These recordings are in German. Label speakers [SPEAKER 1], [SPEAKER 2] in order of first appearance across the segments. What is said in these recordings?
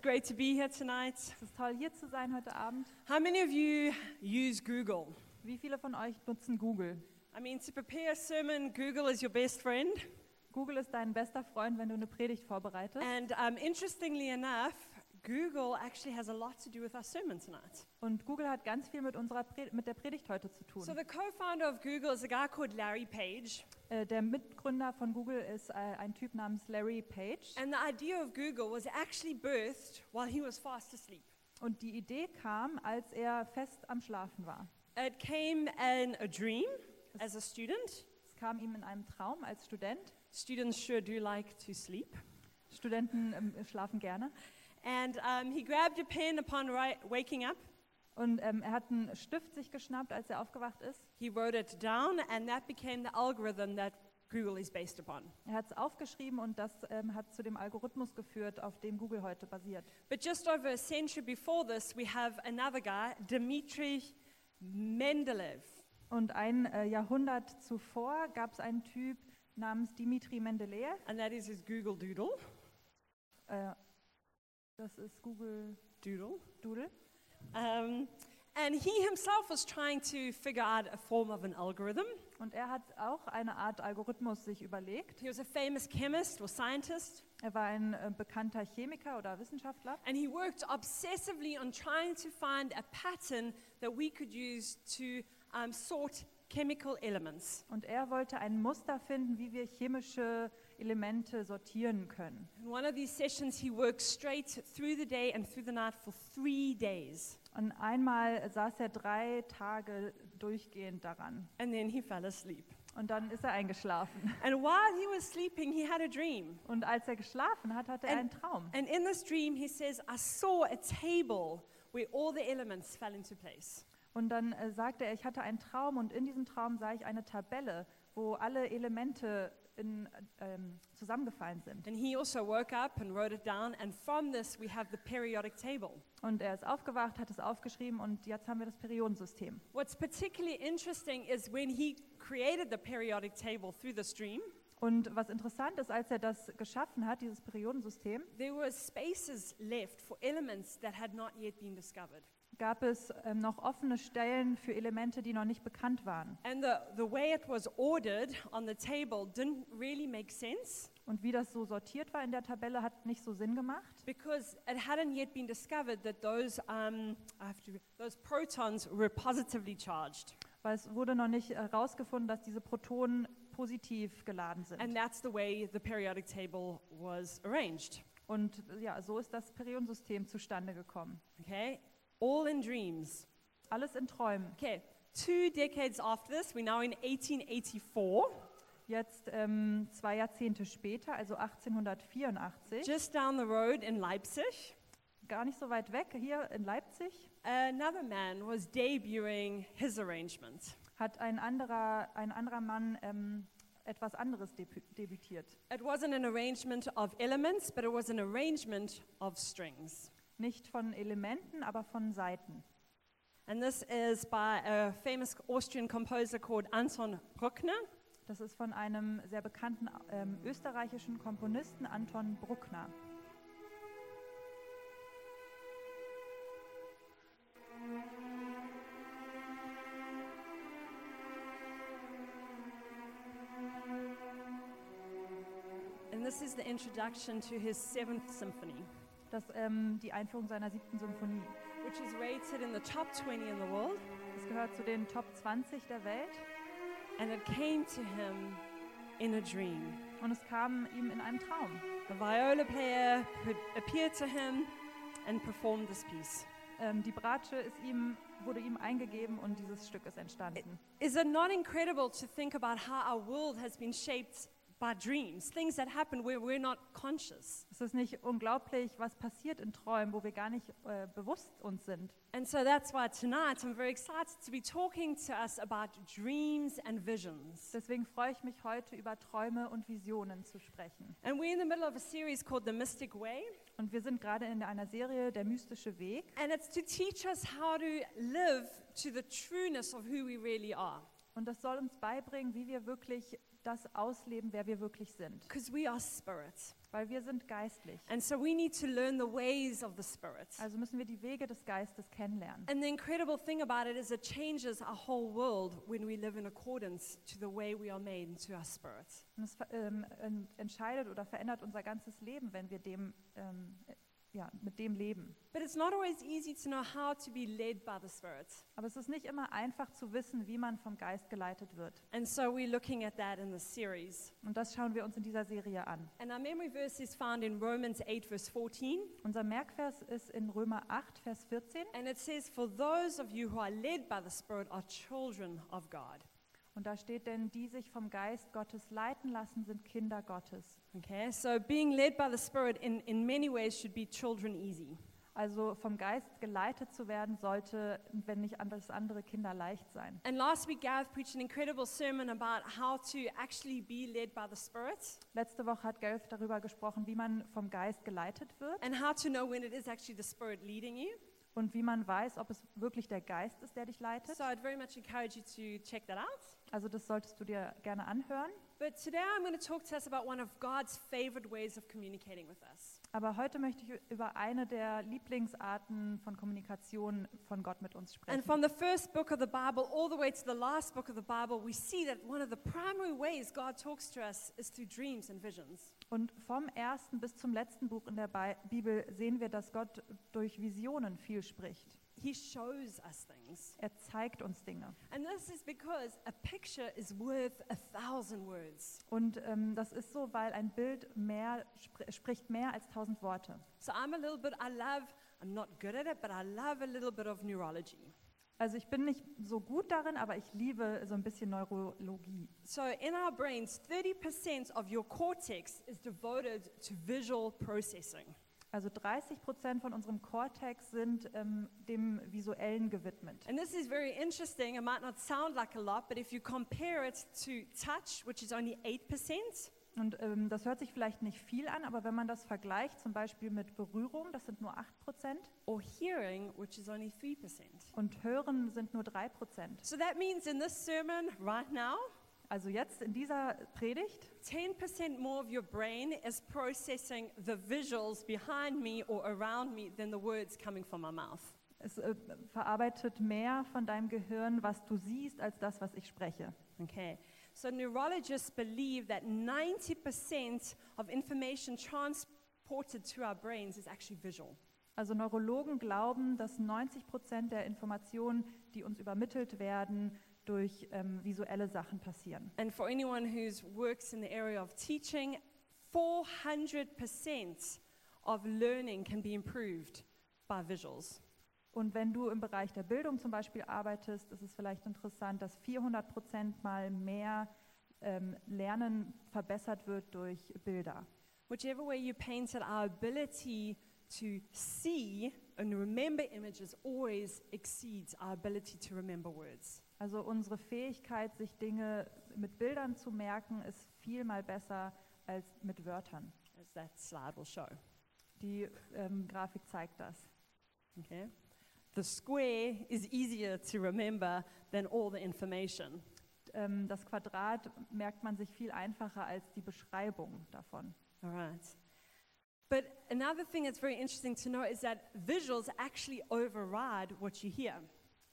[SPEAKER 1] great to be here tonight.
[SPEAKER 2] Es ist toll, hier zu sein heute Abend.
[SPEAKER 1] How many of you use Google?
[SPEAKER 2] Wie viele von euch nutzen Google?
[SPEAKER 1] I mean, to prepare a sermon, Google is your best friend.
[SPEAKER 2] Google ist dein bester Freund, wenn du eine Predigt vorbereitest.
[SPEAKER 1] And um, interestingly enough, Google actually has a lot to do with our sermon tonight.
[SPEAKER 2] Und Google hat ganz viel mit, unserer Pre mit der Predigt heute zu tun.
[SPEAKER 1] So, the co founder of Google is a guy called Larry Page.
[SPEAKER 2] Äh, der Mitgründer von Google ist äh, ein Typ namens Larry Page.
[SPEAKER 1] And the idea of Google was actually birthed while he was fast asleep.
[SPEAKER 2] Und die Idee kam, als er fest am Schlafen war.
[SPEAKER 1] It came in a dream as a student.
[SPEAKER 2] Es kam ihm in einem Traum als Student.
[SPEAKER 1] Students sure do like to sleep.
[SPEAKER 2] Studenten ähm, schlafen gerne.
[SPEAKER 1] And um, he grabbed a pen upon ri- waking up.
[SPEAKER 2] Und ähm, er hat einen Stift sich geschnappt, als er aufgewacht ist.
[SPEAKER 1] He wrote it down, and that became the algorithm that Google is based upon.
[SPEAKER 2] Er hat es aufgeschrieben und das ähm, hat zu dem Algorithmus geführt, auf dem Google heute basiert.
[SPEAKER 1] But just over a century before this, we have another guy, Dmitry Mendeleev.
[SPEAKER 2] Und ein äh, Jahrhundert zuvor gab es einen Typ namens Dimitri Mendeleev.
[SPEAKER 1] And that is his Google Doodle.
[SPEAKER 2] Äh, das ist Google
[SPEAKER 1] Doodle.
[SPEAKER 2] Doodle.
[SPEAKER 1] Um, and he himself was trying to figure out a form of an algorithm.
[SPEAKER 2] Und er hat auch eine Art Algorithmus sich überlegt.
[SPEAKER 1] He was a famous chemist or scientist,
[SPEAKER 2] Er war ein äh, bekannter Chemiker oder Wissenschaftler.
[SPEAKER 1] and he worked obsessively on trying to find a pattern that we could use to um, sort chemical elements.
[SPEAKER 2] Und er wollte ein Muster finden, wie wir chemische Elemente sortieren können.
[SPEAKER 1] In one of these sessions, he worked straight through the day and through the night for three days,
[SPEAKER 2] Und einmal saß er drei Tage durchgehend daran.
[SPEAKER 1] and then he fell asleep.
[SPEAKER 2] Und dann ist er eingeschlafen.
[SPEAKER 1] And while he was sleeping, he had a dream.
[SPEAKER 2] Und als er geschlafen hat, hatte er
[SPEAKER 1] Ein-
[SPEAKER 2] einen Traum.
[SPEAKER 1] And in this dream, he says, I saw a table where all the elements fell into place.
[SPEAKER 2] Und dann äh, sagte er, ich hatte einen Traum und in diesem Traum sah ich eine Tabelle, wo alle Elemente in, ähm, zusammengefallen sind.
[SPEAKER 1] And he also woke up and wrote it down, and from this, we have the periodic table.
[SPEAKER 2] Und er ist aufgewacht, hat es aufgeschrieben und jetzt haben wir das Periodensystem.
[SPEAKER 1] What's particularly interesting is when he created the periodic table through this dream,
[SPEAKER 2] Und was interessant ist, als er das geschaffen hat, dieses Periodensystem,
[SPEAKER 1] there were spaces left for elements that had not yet been discovered.
[SPEAKER 2] gab es ähm, noch offene Stellen für Elemente, die noch nicht bekannt waren.
[SPEAKER 1] And the, the way it was ordered on the table didn't really make sense
[SPEAKER 2] Und wie das so sortiert war in der Tabelle, hat nicht so Sinn gemacht,
[SPEAKER 1] because it hadn't yet been discovered that those, um, I have to, those protons were positively charged.
[SPEAKER 2] weil es wurde noch nicht herausgefunden, dass diese Protonen positiv geladen sind.
[SPEAKER 1] And that's the way the periodic table was arranged.
[SPEAKER 2] Und ja, so ist das Periodensystem zustande gekommen.
[SPEAKER 1] Okay? All in dreams.
[SPEAKER 2] Alles in Träumen.
[SPEAKER 1] Okay. Two decades after this, we're now in 1884.
[SPEAKER 2] Jetzt ähm, zwei Jahrzehnte später, also 1884,
[SPEAKER 1] Just down the road in Leipzig,
[SPEAKER 2] gar nicht so weit weg, hier in Leipzig,
[SPEAKER 1] another man was debuting his arrangement.
[SPEAKER 2] hat ein anderer, ein anderer Mann ähm, etwas anderes debü debütiert.
[SPEAKER 1] It wasn't an arrangement of elements, but it was an arrangement of strings.
[SPEAKER 2] Nicht von Elementen, aber von Seiten.
[SPEAKER 1] And this is by a famous Austrian composer called Anton Bruckner.
[SPEAKER 2] Das ist von einem sehr bekannten ähm, österreichischen Komponisten Anton Bruckner.
[SPEAKER 1] And this is the introduction to his seventh symphony,
[SPEAKER 2] Das ähm, die Einführung seiner siebten Symphonie.
[SPEAKER 1] which is rated in the top 20 in the world.
[SPEAKER 2] Es gehört zu den Top 20 der Welt
[SPEAKER 1] And it came to him in a dream.
[SPEAKER 2] und es kam ihm in einem Traum.
[SPEAKER 1] The viola player could appear to him and performed this piece.
[SPEAKER 2] Ähm, die Bratsche ist ihm, wurde ihm eingegeben und dieses Stück ist entstanden.
[SPEAKER 1] Is it not incredible to think about how our world has been shaped by dreams, things that happen where we're not conscious?
[SPEAKER 2] Es ist nicht unglaublich, was passiert in Träumen, wo wir gar nicht äh, bewusst uns sind.
[SPEAKER 1] And so that's why tonight I'm very excited to be talking to us about dreams and visions.
[SPEAKER 2] Deswegen freue ich mich heute über Träume und Visionen zu sprechen.
[SPEAKER 1] And we're in the middle of a series called The Mystic Way,
[SPEAKER 2] Und wir sind gerade in einer Serie Der mystische Weg.
[SPEAKER 1] and it's to teach us how to live to the trueness of who we really are.
[SPEAKER 2] Und das soll uns beibringen, wie wir wirklich das ausleben, wer wir wirklich sind.
[SPEAKER 1] Because we are spirit.
[SPEAKER 2] weil wir sind geistlich.
[SPEAKER 1] And so we need to learn the ways of the Spirit.
[SPEAKER 2] Also müssen wir die Wege des Geistes kennenlernen.
[SPEAKER 1] And the incredible thing about it is it changes our whole world when we live in accordance to the way we are made and to our spirit.
[SPEAKER 2] Und es ver- ähm, en- entscheidet oder verändert unser ganzes Leben, wenn wir dem, ähm, äh, ja, mit dem leben.
[SPEAKER 1] But it's not always easy to know how to be led by the Spirit.
[SPEAKER 2] Aber es ist nicht immer einfach zu wissen, wie man vom Geist geleitet wird.
[SPEAKER 1] And so we're looking at that in this series.
[SPEAKER 2] Und das schauen wir uns in dieser Serie an.
[SPEAKER 1] And our memory verse is found in Romans 8, verse 14.
[SPEAKER 2] Unser Merkvers ist in Römer 8, Vers 14.
[SPEAKER 1] And it says, For those of you who are led by the Spirit are children of God.
[SPEAKER 2] Und da steht denn, die sich vom Geist Gottes leiten lassen, sind Kinder Gottes.
[SPEAKER 1] Okay, so being led by the Spirit in, in many ways should be children easy.
[SPEAKER 2] Also vom Geist geleitet zu werden, sollte, wenn nicht anders andere Kinder leicht sein.
[SPEAKER 1] And last week, Gav preached an incredible sermon about how to actually be led by the Spirit
[SPEAKER 2] Letzte Woche hat Gareth darüber gesprochen, wie man vom Geist geleitet wird
[SPEAKER 1] and how to know when it is actually the Spirit leading you.
[SPEAKER 2] und wie man weiß, ob es wirklich der Geist ist, der dich leitet.
[SPEAKER 1] So I'd very much encourage you to check that out.
[SPEAKER 2] Also das solltest du dir gerne anhören.
[SPEAKER 1] But today I'm going to talk to us about one of God's favorite ways of communicating with us.
[SPEAKER 2] Aber heute möchte ich über eine der Lieblingsarten von Kommunikation von Gott mit uns
[SPEAKER 1] And
[SPEAKER 2] sprechen.
[SPEAKER 1] from the first book of the Bible all the way to the last book of the Bible, we see that one of the primary ways God talks to us is through dreams and visions.
[SPEAKER 2] Und vom ersten bis zum letzten Buch in der Bi- Bibel sehen wir, dass Gott durch Visionen viel spricht.
[SPEAKER 1] He shows us things.
[SPEAKER 2] Er zeigt uns Dinge.
[SPEAKER 1] And this is because a picture is worth a thousand words.
[SPEAKER 2] Und ähm, das ist so, weil ein Bild mehr spr spricht mehr als tausend Worte.
[SPEAKER 1] So I'm a little bit, I love, I'm not good at it, but I love a little bit of neurology.
[SPEAKER 2] Also ich bin nicht so gut darin, aber ich liebe so ein bisschen Neurologie.
[SPEAKER 1] So in our brains, 30% of your cortex is devoted to visual processing.
[SPEAKER 2] Also 30 Prozent von unserem Kortex sind ähm, dem Visuellen gewidmet.
[SPEAKER 1] And this is very interesting. It might not sound like a lot, but if you compare it to touch, which is only 8%,
[SPEAKER 2] Und ähm, das hört sich vielleicht nicht viel an, aber wenn man das vergleicht zum Beispiel mit Berührung, das sind nur 8 Prozent,
[SPEAKER 1] or hearing, which is only 3%.
[SPEAKER 2] und Hören sind nur 3 Prozent.
[SPEAKER 1] So that means in this sermon right now,
[SPEAKER 2] Also jetzt in dieser Predigt
[SPEAKER 1] 10% more of your brain is processing the visuals behind me or around me than the words coming from my mouth.
[SPEAKER 2] es, äh, verarbeitet mehr von deinem Gehirn, was du siehst, als das, was ich spreche.
[SPEAKER 1] Okay. So neurologists believe that 90% of information transported to our brains is actually visual.
[SPEAKER 2] Also Neurologen glauben, dass 90 Prozent der Informationen, die uns übermittelt werden, durch ähm, visuelle Sachen passieren.
[SPEAKER 1] And for anyone who works in the area of teaching, 400% of learning can be improved by visuals.
[SPEAKER 2] Und wenn du im Bereich der Bildung zum Beispiel arbeitest, ist es vielleicht interessant, dass 400 Prozent mal mehr ähm, Lernen verbessert wird durch Bilder.
[SPEAKER 1] Whichever way you paint it, our ability to see and remember images always exceeds our ability to remember words.
[SPEAKER 2] Also unsere Fähigkeit, sich Dinge mit Bildern zu merken, ist viel mal besser als mit Wörtern.
[SPEAKER 1] As that slide will show.
[SPEAKER 2] Die ähm, Grafik zeigt das.
[SPEAKER 1] Okay? The square is easier to remember than all the information.
[SPEAKER 2] Ähm, das Quadrat merkt man sich viel einfacher als die Beschreibung davon.
[SPEAKER 1] All right. But another thing that's very interesting to know is that visuals actually override what you hear.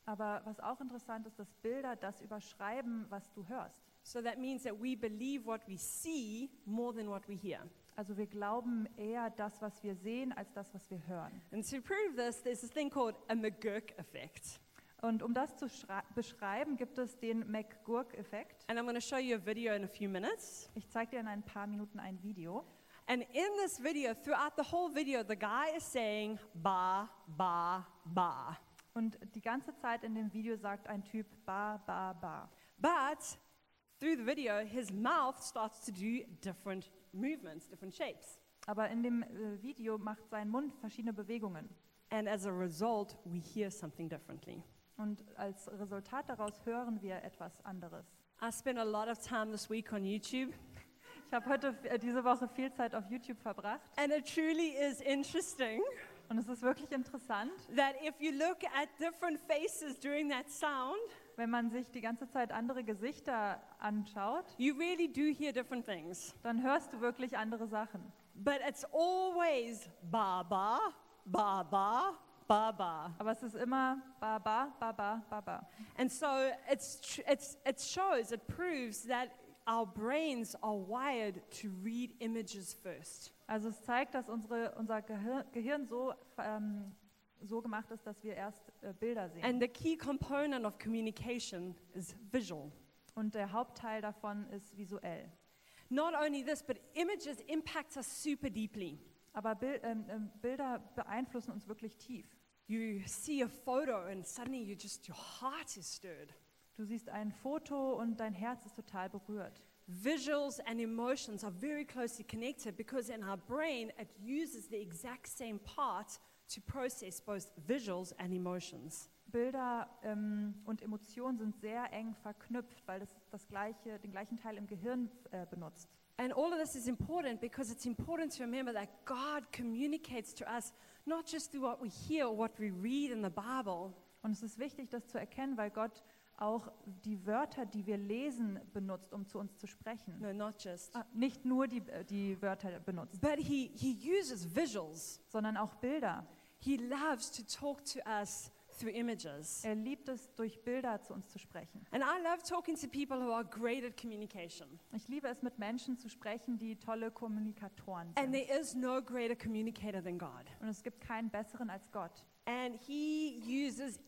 [SPEAKER 2] Aber was auch interessant ist, dass Bilder das überschreiben, was du hörst.
[SPEAKER 1] So that means that we believe what we see more than what we hear.
[SPEAKER 2] Also wir glauben eher das, was wir sehen, als das, was wir hören.
[SPEAKER 1] And to prove this, there's this thing called a McGurk effect.
[SPEAKER 2] Und um das zu schrei- beschreiben, gibt es den McGurk-Effekt.
[SPEAKER 1] And I'm going to show you a video in a few minutes.
[SPEAKER 2] Ich zeige dir in ein paar Minuten ein Video.
[SPEAKER 1] And in this video, throughout the whole video, the guy is saying ba, ba, ba.
[SPEAKER 2] Und die ganze Zeit in dem Video sagt ein Typ ba, ba, ba.
[SPEAKER 1] But through the video, his mouth starts to do different movements, different shapes.
[SPEAKER 2] Aber in dem äh, Video macht sein Mund verschiedene Bewegungen.
[SPEAKER 1] And as a result, we hear something differently.
[SPEAKER 2] Und als Resultat daraus hören wir etwas anderes.
[SPEAKER 1] I spent a lot of time this week on YouTube,
[SPEAKER 2] Ich habe heute äh, diese Woche viel Zeit auf YouTube verbracht
[SPEAKER 1] and it truly is interesting
[SPEAKER 2] und es ist wirklich interessant,
[SPEAKER 1] that if you look at different faces during that sound,
[SPEAKER 2] wenn man sich die ganze Zeit andere Gesichter anschaut,
[SPEAKER 1] you really do hear different things.
[SPEAKER 2] dann hörst du wirklich andere Sachen.
[SPEAKER 1] But it's always Baba, Baba, Baba.
[SPEAKER 2] Aber es ist immer Baba, Baba, Baba.
[SPEAKER 1] And so it's tr- it's, it shows, it proves that our brains are wired to read images first.
[SPEAKER 2] Also es zeigt, dass unsere, unser Gehir Gehirn so, ähm, so gemacht ist, dass wir erst äh, Bilder sehen.
[SPEAKER 1] And the key component of communication is visual.
[SPEAKER 2] Und der Hauptteil davon ist visuell.
[SPEAKER 1] Not only this, but images impact us super deeply.
[SPEAKER 2] Aber Bil ähm, ähm, Bilder beeinflussen uns wirklich tief.
[SPEAKER 1] You see a photo and suddenly you just, your heart is stirred.
[SPEAKER 2] Du siehst ein Foto und dein Herz ist total berührt.
[SPEAKER 1] Visuals and emotions are very closely connected because in our brain it uses the exact same part to process both visuals and emotions.
[SPEAKER 2] Bilder ähm, und Emotionen sind sehr eng verknüpft, weil das, das gleiche, den gleichen Teil im Gehirn äh, benutzt.
[SPEAKER 1] And all of this is important because it's important to remember that God communicates to us not just through what we hear or what we read in the Bible,
[SPEAKER 2] Und es ist wichtig, das zu erkennen, weil Gott auch die Wörter, die wir lesen, benutzt, um zu uns zu sprechen.
[SPEAKER 1] no, not just,
[SPEAKER 2] Ah, Nicht nur die, äh, die Wörter benutzt,
[SPEAKER 1] but He, he uses visuals.
[SPEAKER 2] sondern auch Bilder.
[SPEAKER 1] He loves to talk to us through images.
[SPEAKER 2] Er liebt es, durch Bilder zu uns zu sprechen.
[SPEAKER 1] And I love talking to people who are great at communication.
[SPEAKER 2] Ich liebe es, mit Menschen zu sprechen, die tolle Kommunikatoren
[SPEAKER 1] And
[SPEAKER 2] sind.
[SPEAKER 1] there is no greater communicator than God.
[SPEAKER 2] Und es gibt keinen besseren als Gott.
[SPEAKER 1] And He uses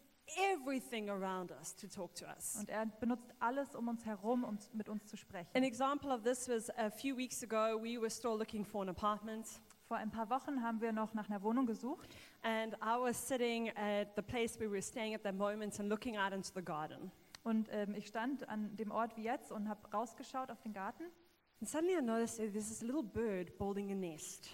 [SPEAKER 1] everything around us to talk to us.
[SPEAKER 2] Und er benutzt alles um uns herum, um z- mit uns zu sprechen.
[SPEAKER 1] An example of this was a few weeks ago, we were still looking for an apartment.
[SPEAKER 2] Vor ein paar Wochen haben wir noch nach einer Wohnung gesucht
[SPEAKER 1] And I was sitting at the place where we were staying at that moment and looking out into the garden.
[SPEAKER 2] und ähm, ich stand an dem Ort wie jetzt und habe rausgeschaut auf den Garten
[SPEAKER 1] And suddenly I noticed that there's this little bird building a nest.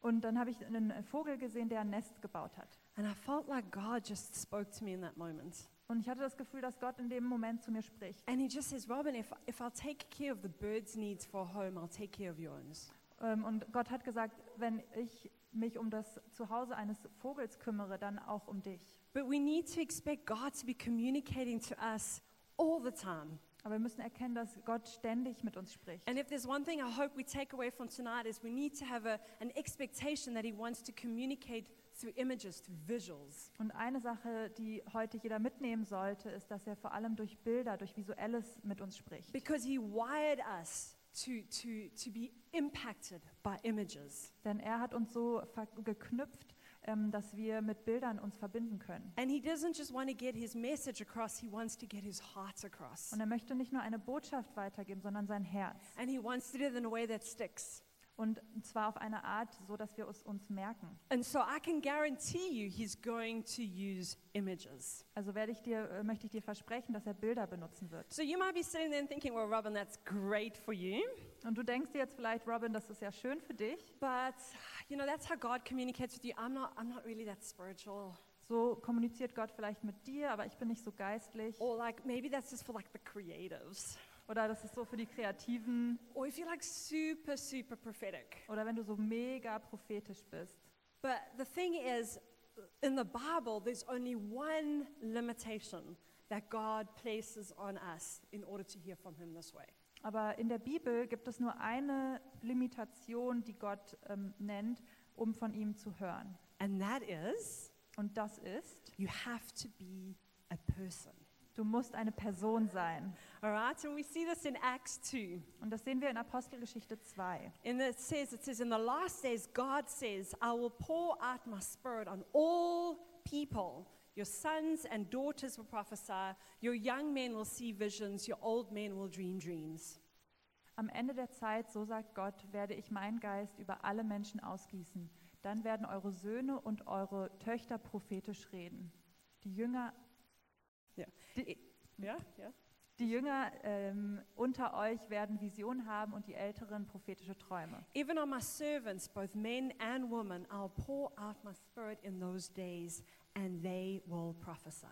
[SPEAKER 2] und dann habe ich einen Vogel gesehen, der ein Nest gebaut hat.
[SPEAKER 1] And I felt like God just spoke to me in that moment.
[SPEAKER 2] Und ich hatte das Gefühl, dass Gott in dem Moment zu mir spricht.
[SPEAKER 1] And He just says, Robin, if, if I'll take care of the bird's needs for a home, I'll take care of yours.
[SPEAKER 2] Ähm, und Gott hat gesagt, wenn ich mich um das Zuhause eines Vogels kümmere, dann auch um dich.
[SPEAKER 1] But we need to expect God to be communicating to us all the time.
[SPEAKER 2] Aber wir müssen erkennen, dass Gott ständig mit uns spricht.
[SPEAKER 1] And if there's one thing I hope we take away from tonight is we need to have a, an expectation that He wants to communicate through images, through visuals.
[SPEAKER 2] Und eine Sache, die heute jeder mitnehmen sollte, ist, dass er vor allem durch Bilder, durch Visuelles mit uns spricht.
[SPEAKER 1] Because he wired us to, to, to be impacted by images.
[SPEAKER 2] Denn er hat uns so ver- geknüpft, ähm, dass wir mit Bildern uns verbinden können.
[SPEAKER 1] And he doesn't just want to get his message across, he wants to get his heart across.
[SPEAKER 2] Und er möchte nicht nur eine Botschaft weitergeben, sondern sein Herz.
[SPEAKER 1] And he wants to do it in a way that sticks.
[SPEAKER 2] Und zwar auf eine Art, so dass wir es uns merken.
[SPEAKER 1] And so I can guarantee you he's going to use images.
[SPEAKER 2] Also werde ich dir, äh, möchte ich dir versprechen, dass er Bilder benutzen wird.
[SPEAKER 1] So you might be sitting there and thinking, well, Robin, that's great for you.
[SPEAKER 2] Und du denkst dir jetzt vielleicht, Robin, das ist ja schön für dich.
[SPEAKER 1] But, you know, that's how God communicates with you. I'm not, I'm not really that spiritual.
[SPEAKER 2] So kommuniziert Gott vielleicht mit dir, aber ich bin nicht so geistlich.
[SPEAKER 1] Or, like, maybe that's just for, like, the creatives.
[SPEAKER 2] Oder das ist so für die Kreativen.
[SPEAKER 1] Or if you're, like, super, super prophetic.
[SPEAKER 2] Oder wenn du so mega prophetisch bist.
[SPEAKER 1] But the thing is, in the Bible, there's only one limitation that God places on us in order to hear from Him this way.
[SPEAKER 2] Aber in der Bibel gibt es nur eine Limitation, die Gott ähm, nennt, um von ihm zu hören.
[SPEAKER 1] And that is,
[SPEAKER 2] Und das ist,
[SPEAKER 1] you have to be a person.
[SPEAKER 2] du musst eine Person sein.
[SPEAKER 1] All right? And we see this in Acts 2.
[SPEAKER 2] Und das sehen wir in Apostelgeschichte 2.
[SPEAKER 1] And it says, it says, in the last days, God says, I will pour out my spirit on all people. Your sons and daughters will prophesy. Your young men will see visions. Your old men will dream dreams.
[SPEAKER 2] Am Ende der Zeit, so sagt Gott, werde ich meinen Geist über alle Menschen ausgießen. Dann werden eure Söhne und eure Töchter prophetisch reden. Die Jünger,
[SPEAKER 1] Ja.
[SPEAKER 2] die,
[SPEAKER 1] Yeah, yeah.
[SPEAKER 2] die Jünger ähm, unter euch werden Visionen haben und die Älteren prophetische Träume.
[SPEAKER 1] Even on my servants, both men and women, I'll pour out my spirit in those days, and they will prophesy.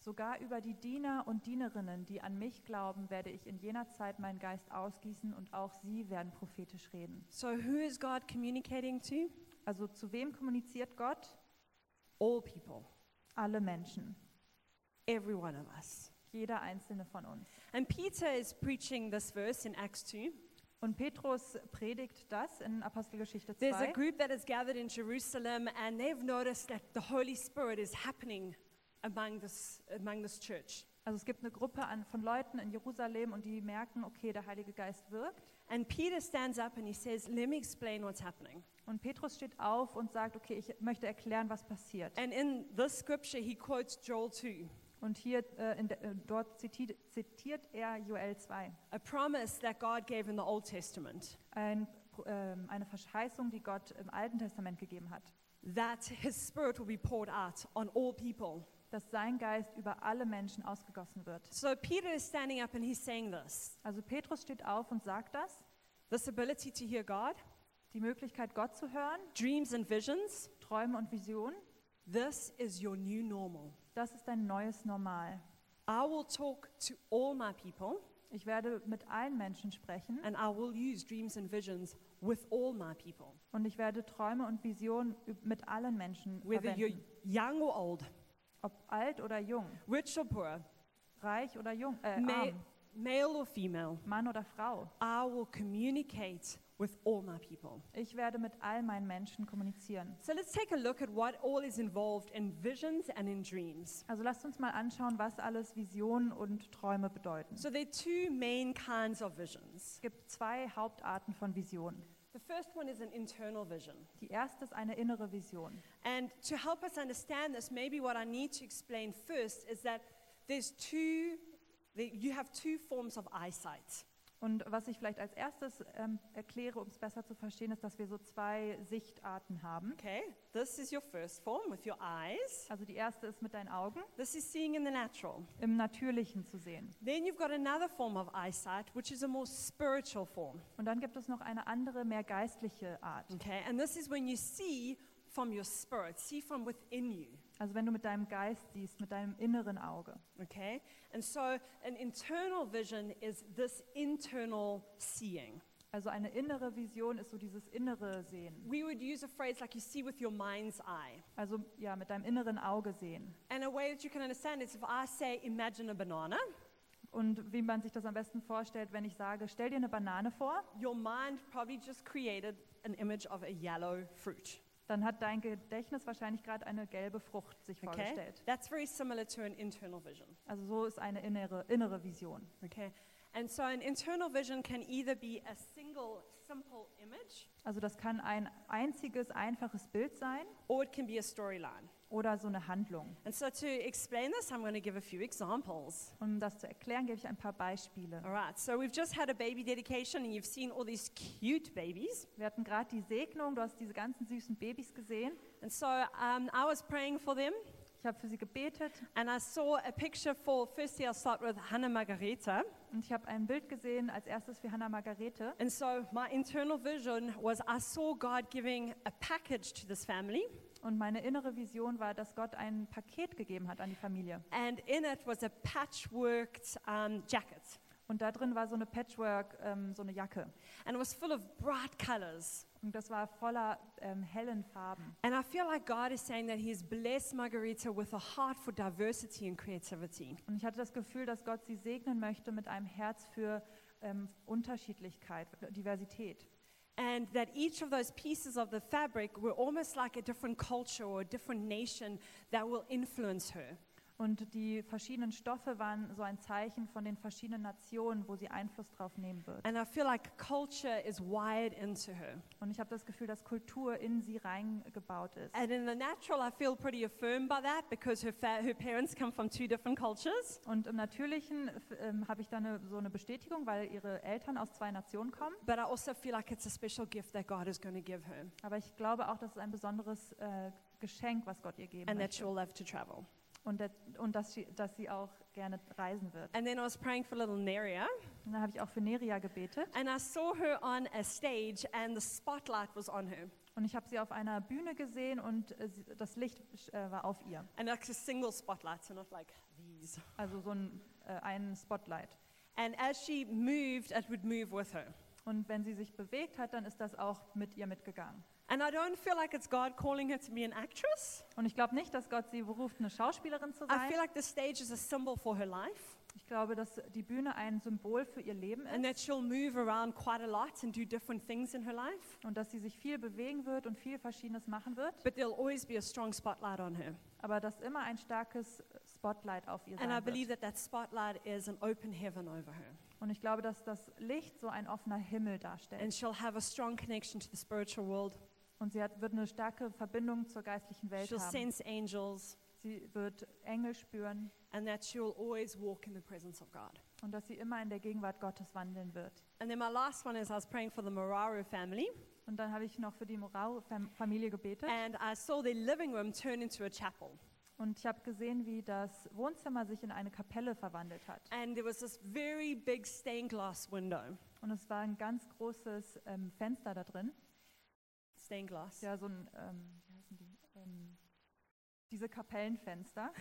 [SPEAKER 2] Sogar über die Diener und Dienerinnen, die an mich glauben, werde ich in jener Zeit meinen Geist ausgießen und auch sie werden prophetisch reden.
[SPEAKER 1] So, who is God communicating to?
[SPEAKER 2] Also zu wem kommuniziert Gott?
[SPEAKER 1] All people,
[SPEAKER 2] Alle Menschen,
[SPEAKER 1] every one of us.
[SPEAKER 2] jeder einzelne von uns.
[SPEAKER 1] And Peter is preaching this verse in Acts 2,
[SPEAKER 2] Und Petrus predigt das in Apostelgeschichte
[SPEAKER 1] There's a
[SPEAKER 2] 2.
[SPEAKER 1] group that is gathered in Jerusalem, and they've noticed that the Holy Spirit is happening among this, among this church.
[SPEAKER 2] Also es gibt eine Gruppe an, von Leuten in Jerusalem und die merken, okay, der Heilige Geist wirkt.
[SPEAKER 1] And Peter stands up and he says, Let me explain what's happening.
[SPEAKER 2] Und Petrus steht auf und sagt, okay, ich möchte erklären, was passiert.
[SPEAKER 1] And in this scripture, he quotes Joel 2,
[SPEAKER 2] Und hier, äh, in der- äh, dort zitiert, zitiert er Joel 2,
[SPEAKER 1] a promise that God gave in the Old Testament
[SPEAKER 2] ein, ähm, eine Verheißung, die Gott im Alten Testament gegeben hat,
[SPEAKER 1] that his spirit will be poured out on all people.
[SPEAKER 2] dass sein Geist über alle Menschen ausgegossen wird.
[SPEAKER 1] So Peter is standing up and he's saying this
[SPEAKER 2] Also Petrus steht auf und sagt das,
[SPEAKER 1] this ability to hear God,
[SPEAKER 2] die Möglichkeit, Gott zu hören,
[SPEAKER 1] dreams and visions,
[SPEAKER 2] Träume und Visionen,
[SPEAKER 1] this is your new normal.
[SPEAKER 2] das ist ein neues Normal.
[SPEAKER 1] I will talk to all my people.
[SPEAKER 2] Ich werde mit allen Menschen sprechen
[SPEAKER 1] and I will use dreams and visions with all my people,
[SPEAKER 2] und ich werde Träume und Visionen üb- mit allen Menschen
[SPEAKER 1] whether you're
[SPEAKER 2] verwenden,
[SPEAKER 1] young or old,
[SPEAKER 2] ob alt oder jung,
[SPEAKER 1] rich or poor,
[SPEAKER 2] reich oder jung, äh,
[SPEAKER 1] ma-
[SPEAKER 2] arm,
[SPEAKER 1] male or female.
[SPEAKER 2] Mann oder Frau.
[SPEAKER 1] I will communicate with all my people.
[SPEAKER 2] Ich werde mit all meinen Menschen kommunizieren.
[SPEAKER 1] So let's take a look at what all is involved in visions and in dreams.
[SPEAKER 2] Also lasst uns mal anschauen, was alles Visionen und Träume bedeuten.
[SPEAKER 1] So there are two main kinds of visions.
[SPEAKER 2] Es gibt zwei Hauptarten von Visionen.
[SPEAKER 1] The first one is an internal vision.
[SPEAKER 2] Die erste ist eine innere Vision.
[SPEAKER 1] And to help us understand this, maybe what I need to explain first is that there's two, that you have two forms of eyesight.
[SPEAKER 2] Und was ich vielleicht als erstes ähm, erkläre, um es besser zu verstehen, ist, dass wir so zwei Sichtarten haben.
[SPEAKER 1] Okay, this is your first form with your eyes.
[SPEAKER 2] Also die erste ist mit deinen Augen
[SPEAKER 1] This is seeing in the natural.
[SPEAKER 2] im Natürlichen zu sehen.
[SPEAKER 1] Then you've got another form of eyesight, which is a more spiritual form.
[SPEAKER 2] Und dann gibt es noch eine andere, mehr geistliche Art.
[SPEAKER 1] Okay, and this is when you see from your spirit, see from within you.
[SPEAKER 2] Also wenn du mit deinem Geist siehst, mit deinem inneren Auge.
[SPEAKER 1] Okay, and so an internal vision is this internal seeing.
[SPEAKER 2] Also eine innere Vision ist so dieses innere Sehen.
[SPEAKER 1] We would use a phrase like you see with your mind's eye.
[SPEAKER 2] Also ja, mit deinem inneren Auge sehen.
[SPEAKER 1] And a way that you can understand is if I say, imagine a banana,
[SPEAKER 2] Und wie man sich das am besten vorstellt, wenn ich sage, stell dir eine Banane vor,
[SPEAKER 1] your mind probably just created an image of a yellow fruit.
[SPEAKER 2] dann hat dein Gedächtnis wahrscheinlich gerade eine gelbe Frucht sich
[SPEAKER 1] Okay?
[SPEAKER 2] vorgestellt.
[SPEAKER 1] That's very similar to an internal vision.
[SPEAKER 2] Also so ist eine innere, innere Vision.
[SPEAKER 1] Okay? And so an internal vision can either be a single, simple image
[SPEAKER 2] Also das kann ein einziges, einfaches Bild sein
[SPEAKER 1] or it can be a storyline.
[SPEAKER 2] oder so eine Handlung.
[SPEAKER 1] And so to explain this, I'm going to give a few examples.
[SPEAKER 2] Um das zu erklären, gebe ich ein paar Beispiele.
[SPEAKER 1] All right, so we've just had a baby dedication and you've seen all these cute babies.
[SPEAKER 2] Wir hatten gerade die Segnung, du hast diese ganzen süßen Babys gesehen.
[SPEAKER 1] And so um, I was praying for them
[SPEAKER 2] Ich habe für sie gebetet
[SPEAKER 1] and I saw a picture for, firstly, I'll start with Hannah Margareta.
[SPEAKER 2] und ich habe ein Bild gesehen, als erstes für Hannah Margarete.
[SPEAKER 1] And so my internal vision was I saw God giving a package to this family.
[SPEAKER 2] Und meine innere Vision war, dass Gott ein Paket gegeben hat an die Familie.
[SPEAKER 1] and in it was a patchworked um, jacket.
[SPEAKER 2] Und da drin war so eine Patchwork, ähm, so eine Jacke.
[SPEAKER 1] And it was full of bright colors.
[SPEAKER 2] Und das war voller ähm, hellen Farben.
[SPEAKER 1] And I feel like God is saying that He has blessed Margarita with a heart for diversity and creativity.
[SPEAKER 2] Und ich hatte das Gefühl, dass Gott sie segnen möchte mit einem Herz für ähm, Unterschiedlichkeit, Diversität.
[SPEAKER 1] And that each of those pieces of the fabric were almost like a different culture or a different nation that will influence her.
[SPEAKER 2] Und die verschiedenen Stoffe waren so ein Zeichen von den verschiedenen Nationen, wo sie Einfluss drauf nehmen wird.
[SPEAKER 1] And I feel like culture is wired into her.
[SPEAKER 2] Und ich habe das Gefühl, dass Kultur in sie reingebaut ist.
[SPEAKER 1] And in the natural, I feel pretty affirmed by that because her, fa- her parents come from two different cultures.
[SPEAKER 2] Und im Natürlichen f- ähm, habe ich da eine, so eine Bestätigung, weil ihre Eltern aus zwei Nationen kommen.
[SPEAKER 1] But I also feel like it's a special gift that God is going to give her.
[SPEAKER 2] Aber ich glaube auch, das ist ein besonderes äh, Geschenk, was Gott ihr geben
[SPEAKER 1] and that she
[SPEAKER 2] möchte.
[SPEAKER 1] will love to travel.
[SPEAKER 2] Und, dat- und dass, sie, dass sie auch gerne reisen wird.
[SPEAKER 1] And then I was praying for little Neria,
[SPEAKER 2] Und dann habe ich auch für Neria gebetet.
[SPEAKER 1] and I saw her on a stage, and the spotlight was on her,
[SPEAKER 2] Und ich habe sie auf einer Bühne gesehen und äh, sie- das Licht äh, war auf ihr.
[SPEAKER 1] and like a single spotlight, so not like these.
[SPEAKER 2] Also so ein, äh, ein Spotlight.
[SPEAKER 1] And as she moved, it would move with her.
[SPEAKER 2] Und wenn sie sich bewegt hat, dann ist das auch mit ihr mitgegangen.
[SPEAKER 1] And I don't feel like it's God calling her to be an actress.
[SPEAKER 2] Und ich glaube nicht, dass Gott sie beruft, eine Schauspielerin zu
[SPEAKER 1] I
[SPEAKER 2] sein.
[SPEAKER 1] feel like the stage is a symbol for her life
[SPEAKER 2] Ich glaube, dass die Bühne ein Symbol für ihr Leben
[SPEAKER 1] and
[SPEAKER 2] ist
[SPEAKER 1] that she'll move around quite a lot and do different things in her life.
[SPEAKER 2] und dass sie sich viel bewegen wird und viel Verschiedenes machen wird,
[SPEAKER 1] But there'll always be a strong spotlight on her.
[SPEAKER 2] aber dass immer ein starkes Spotlight auf ihr
[SPEAKER 1] And I
[SPEAKER 2] sein
[SPEAKER 1] believe
[SPEAKER 2] wird.
[SPEAKER 1] that that spotlight is an open heaven over her.
[SPEAKER 2] Und ich glaube, dass das Licht so ein offener Himmel darstellt.
[SPEAKER 1] And she'll have a strong connection to the spiritual world.
[SPEAKER 2] Und sie hat, wird eine starke Verbindung zur geistlichen Welt
[SPEAKER 1] She'll
[SPEAKER 2] haben.
[SPEAKER 1] sense angels
[SPEAKER 2] Sie wird Engel spüren
[SPEAKER 1] and that she'll always walk in the presence of God.
[SPEAKER 2] und dass sie immer in der Gegenwart Gottes wandeln wird.
[SPEAKER 1] And then my last one is I was praying for the Moraru family
[SPEAKER 2] Und dann habe ich noch für die Morau-Familie gebetet
[SPEAKER 1] and I saw their living room turn into a chapel.
[SPEAKER 2] und ich habe gesehen, wie das Wohnzimmer sich in eine Kapelle verwandelt hat.
[SPEAKER 1] And there was this very big stained glass window.
[SPEAKER 2] Und es war ein ganz großes ähm, Fenster da drin.
[SPEAKER 1] Stained glass.
[SPEAKER 2] Ja, so ein, ähm, wie heißen die? Ähm, diese Kapellenfenster.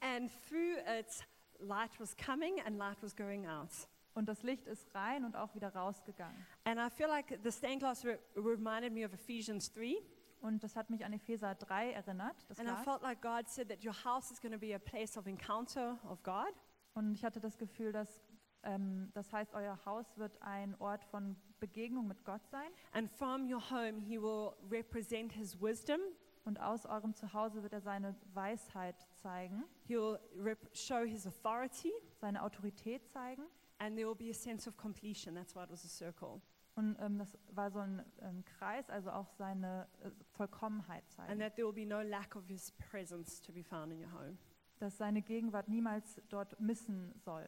[SPEAKER 1] And through it, light was coming and light was going out.
[SPEAKER 2] Und das Licht ist rein und auch wieder rausgegangen.
[SPEAKER 1] And I feel like the stained glass re- reminded me of Ephesians 3.
[SPEAKER 2] Und das hat mich an Epheser 3 erinnert. Das
[SPEAKER 1] And I
[SPEAKER 2] Glas.
[SPEAKER 1] felt like God said that your house is going to be a place of encounter of God.
[SPEAKER 2] Und ich hatte das Gefühl, dass ähm, das heißt, euer Haus wird ein Ort von Begegnung mit Gott sein.
[SPEAKER 1] And from your home, He will represent His wisdom.
[SPEAKER 2] Und aus eurem Zuhause wird er seine Weisheit zeigen,
[SPEAKER 1] He will rep- show His authority.
[SPEAKER 2] seine Autorität zeigen.
[SPEAKER 1] And there will be a sense of completion. That's why it was a circle.
[SPEAKER 2] Und ähm, das war so ein ähm, Kreis, also auch seine äh, Vollkommenheit zeigen.
[SPEAKER 1] And that there will be no lack of His presence to be found in your home.
[SPEAKER 2] dass seine Gegenwart niemals dort missen soll.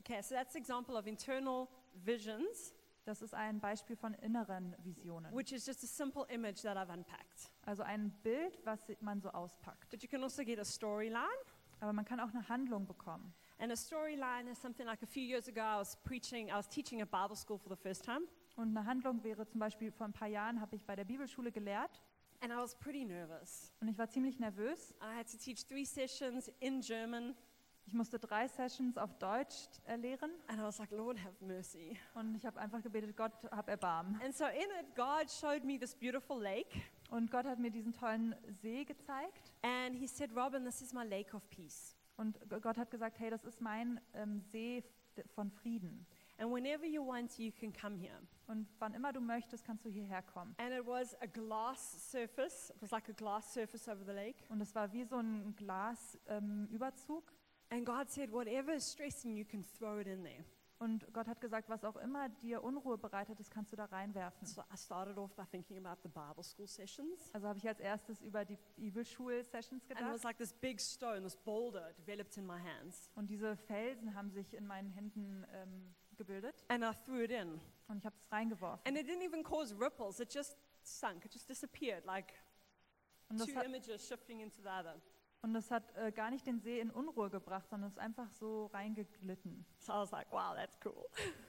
[SPEAKER 1] Okay, so that's example of internal visions,
[SPEAKER 2] Das ist ein Beispiel von inneren Visionen.
[SPEAKER 1] which is just a simple image that I've unpacked.
[SPEAKER 2] Also ein Bild, was man so auspackt.
[SPEAKER 1] But you can also get a storyline.
[SPEAKER 2] Aber man kann auch eine Handlung bekommen.
[SPEAKER 1] And a storyline is something like a few years ago, I was preaching, I was teaching at Bible school for the first time,
[SPEAKER 2] Und eine Handlung wäre zum Beispiel, vor ein paar Jahren habe ich bei der Bibelschule gelehrt
[SPEAKER 1] and I was pretty nervous.
[SPEAKER 2] und ich war ziemlich nervös.
[SPEAKER 1] I had to teach three sessions in German,
[SPEAKER 2] Ich musste drei Sessions auf Deutsch äh, lehren
[SPEAKER 1] and I was like, Lord, have mercy.
[SPEAKER 2] und ich habe einfach gebetet, Gott, hab Erbarmen.
[SPEAKER 1] And so in it, God showed me this beautiful lake,
[SPEAKER 2] Und Gott hat mir diesen tollen See gezeigt
[SPEAKER 1] and He said, Robin, this is my lake of peace.
[SPEAKER 2] und G- Gott hat gesagt, hey, das ist mein ähm, See f- von Frieden.
[SPEAKER 1] And whenever you want, you can come here.
[SPEAKER 2] Und wann immer du möchtest, kannst du hierher kommen.
[SPEAKER 1] And it was a glass surface, it was like a glass surface over the lake.
[SPEAKER 2] Und es war wie so ein Glasüberzug. Ähm, Überzug.
[SPEAKER 1] And God said, whatever is stressing you can throw it in there.
[SPEAKER 2] und Gott hat gesagt, was auch immer dir Unruhe bereitet ist, kannst du da reinwerfen.
[SPEAKER 1] So I started off by thinking about the Bible school sessions.
[SPEAKER 2] Also habe ich als erstes über die Bibelschul-Sessions
[SPEAKER 1] And it was
[SPEAKER 2] gedacht.
[SPEAKER 1] like this big stone, this boulder developed in my hands.
[SPEAKER 2] Und diese Felsen haben sich in meinen Händen ähm, gebildet.
[SPEAKER 1] And I threw it in.
[SPEAKER 2] Und ich habe es reingeworfen.
[SPEAKER 1] And it didn't even cause ripples, it just sunk, it just disappeared, like
[SPEAKER 2] Und das
[SPEAKER 1] two
[SPEAKER 2] hat,
[SPEAKER 1] images shifting into the other.
[SPEAKER 2] und das hat äh, gar nicht den See in Unruhe gebracht, sondern es ist einfach so reingeglitten.
[SPEAKER 1] So I was like, wow, that's cool.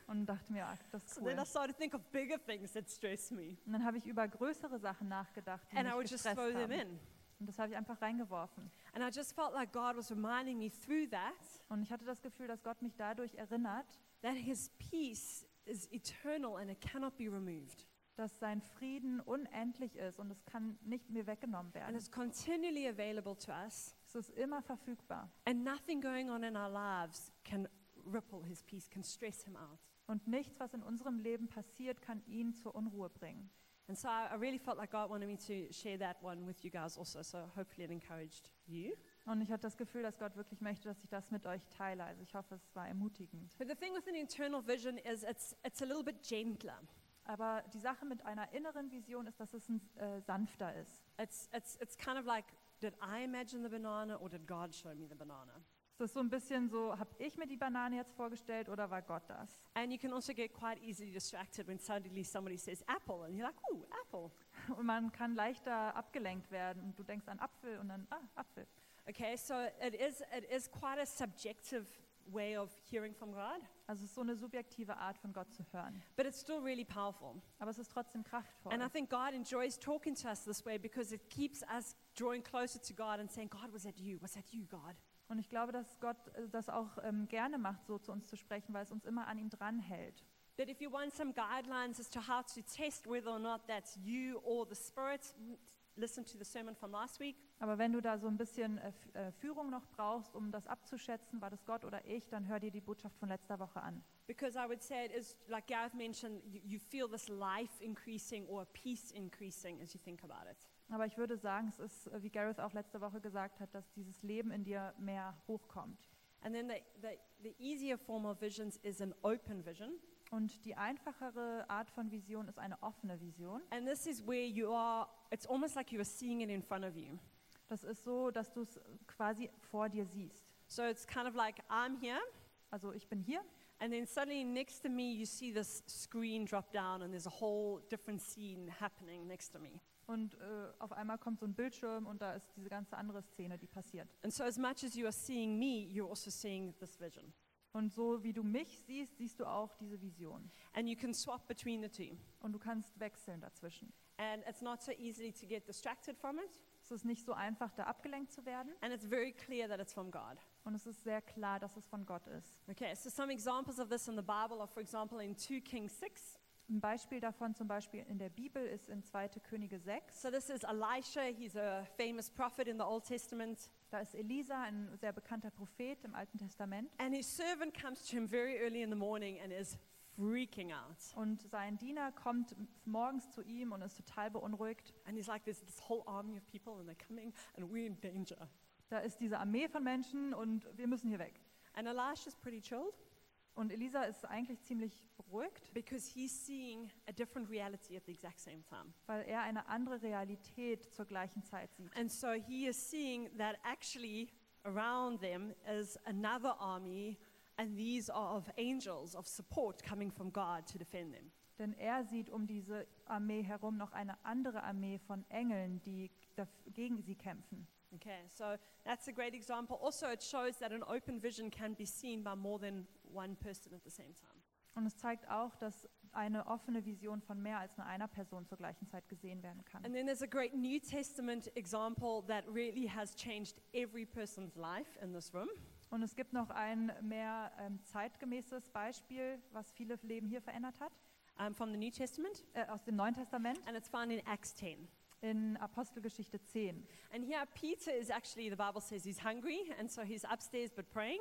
[SPEAKER 2] Und dachte mir, ach, das ist
[SPEAKER 1] So
[SPEAKER 2] cool.
[SPEAKER 1] then I started to think of bigger things that stress me.
[SPEAKER 2] Und dann habe ich über größere Sachen nachgedacht, die
[SPEAKER 1] And I
[SPEAKER 2] mich
[SPEAKER 1] would just throw
[SPEAKER 2] gestresst
[SPEAKER 1] them
[SPEAKER 2] haben.
[SPEAKER 1] in.
[SPEAKER 2] Und das habe ich einfach reingeworfen.
[SPEAKER 1] And I just felt like God was reminding me through that,
[SPEAKER 2] Und ich hatte das Gefühl, dass Gott mich dadurch erinnert,
[SPEAKER 1] that His peace is eternal and it cannot be removed.
[SPEAKER 2] dass sein Frieden unendlich ist und es kann nicht mehr weggenommen
[SPEAKER 1] And
[SPEAKER 2] werden.
[SPEAKER 1] it's continually available to us.
[SPEAKER 2] Es ist immer verfügbar
[SPEAKER 1] And nothing going on in our lives can ripple His peace, can stress Him out.
[SPEAKER 2] und nichts, was in unserem Leben passiert, kann ihn zur Unruhe bringen.
[SPEAKER 1] And so I I really felt like God wanted me to share that one with you guys also. So hopefully it encouraged you.
[SPEAKER 2] Und ich hatte das Gefühl, dass Gott wirklich möchte, dass ich das mit euch teile. Also ich hoffe, es war ermutigend.
[SPEAKER 1] But the thing with an internal vision is it's, it's a little bit gentler.
[SPEAKER 2] Aber die Sache mit einer inneren Vision ist, dass es ein, äh, sanfter ist.
[SPEAKER 1] It's, it's, it's kind of like, did I imagine the banana or did God show me the banana?
[SPEAKER 2] Es ist so ein bisschen so, habe ich mir die Banane jetzt vorgestellt oder war Gott das?
[SPEAKER 1] And you can also get quite easily distracted when suddenly somebody says apple and you're like, ooh, apple.
[SPEAKER 2] Und man kann leichter abgelenkt werden und du denkst an Apfel und dann, ah, Apfel.
[SPEAKER 1] Okay, so it is, it is quite a subjective way of hearing from God,
[SPEAKER 2] Also es ist so eine subjektive Art von Gott zu hören.
[SPEAKER 1] but it's still really powerful.
[SPEAKER 2] Aber es ist trotzdem kraftvoll.
[SPEAKER 1] And I think God enjoys talking to us this way because it keeps us drawing closer to God and saying, God, was that you? Was that you, God?
[SPEAKER 2] Und ich glaube, dass Gott äh, das auch ähm, gerne macht, so zu uns zu sprechen, weil es uns immer an ihm dranhält.
[SPEAKER 1] that if you want some guidelines as to how to test whether or not that's you or the Spirit, m- listen to the sermon from last week.
[SPEAKER 2] Aber wenn du da so ein bisschen äh, F- äh, Führung noch brauchst, um das abzuschätzen, war das Gott oder ich, dann hör dir die Botschaft von letzter Woche an.
[SPEAKER 1] Because I would say it is, like Gav mentioned, you, you feel this life increasing or peace increasing as you think about it.
[SPEAKER 2] Aber ich würde sagen, es ist, äh, wie Gareth auch letzte Woche gesagt hat, dass dieses Leben in dir mehr hochkommt.
[SPEAKER 1] And then the, the, the easier form of visions is an open vision.
[SPEAKER 2] Und die einfachere Art von Vision ist eine offene Vision.
[SPEAKER 1] And this is where you are, it's almost like you are seeing it in front of you.
[SPEAKER 2] Das ist so, dass du es quasi vor dir siehst.
[SPEAKER 1] So it's kind of like I'm here,
[SPEAKER 2] Also ich bin hier
[SPEAKER 1] and then suddenly next to me, you see this screen drop down, and there's a whole different scene happening next to me.
[SPEAKER 2] und äh, auf einmal kommt so ein Bildschirm und da ist diese ganze andere Szene, die passiert.
[SPEAKER 1] And so, as much as you are seeing me, you're also seeing this vision.
[SPEAKER 2] Und so wie du mich siehst, siehst du auch diese Vision.
[SPEAKER 1] And you can swap between the two.
[SPEAKER 2] Und du kannst wechseln dazwischen.
[SPEAKER 1] And it's not so easy to get distracted from it.
[SPEAKER 2] Es ist nicht so einfach, da abgelenkt zu werden.
[SPEAKER 1] And it's very clear that it's from God.
[SPEAKER 2] Und es ist sehr klar, dass es von Gott ist.
[SPEAKER 1] Okay, so some examples of this in the Bible are, for example, in 2 Kings 6.
[SPEAKER 2] Ein Beispiel davon zum Beispiel in der Bibel ist in 2. Könige 6.
[SPEAKER 1] So, this is Elisha. He's a famous prophet in the Old Testament.
[SPEAKER 2] Da ist Elisa, ein sehr bekannter Prophet im Alten Testament.
[SPEAKER 1] And his servant comes to him very early in the morning and is freaking out.
[SPEAKER 2] Und sein Diener kommt m- morgens zu ihm und ist total beunruhigt.
[SPEAKER 1] And he's like, there's this whole army of people and they're coming and we're in danger.
[SPEAKER 2] Da ist diese Armee von Menschen und wir müssen hier weg.
[SPEAKER 1] And Elisha's pretty chilled
[SPEAKER 2] Und Elisa ist eigentlich ziemlich beruhigt,
[SPEAKER 1] because he's seeing a different reality at the exact same time.
[SPEAKER 2] weil er eine andere Realität zur gleichen Zeit sieht.
[SPEAKER 1] And so he is seeing that actually around them is another army and these are of angels of support coming from God to defend them.
[SPEAKER 2] Denn er sieht um diese Armee herum noch eine andere Armee von Engeln, die daf- gegen sie kämpfen.
[SPEAKER 1] Okay, so that's a great example. Also, it shows that an open vision can be seen by more than one person at the same time.
[SPEAKER 2] Und es zeigt auch, dass eine offene Vision von mehr als nur einer Person zur gleichen Zeit gesehen werden kann.
[SPEAKER 1] And then there's a great New Testament example that really has changed every person's life in this room.
[SPEAKER 2] Und es gibt noch ein mehr ähm, zeitgemäßes Beispiel, was viele Leben hier verändert hat,
[SPEAKER 1] um, from the New Testament,
[SPEAKER 2] äh, aus dem Neuen Testament
[SPEAKER 1] and it's found in Acts 10.
[SPEAKER 2] in Apostelgeschichte 10.
[SPEAKER 1] And here, Peter is actually, the Bible says he's hungry, and so he's upstairs but praying,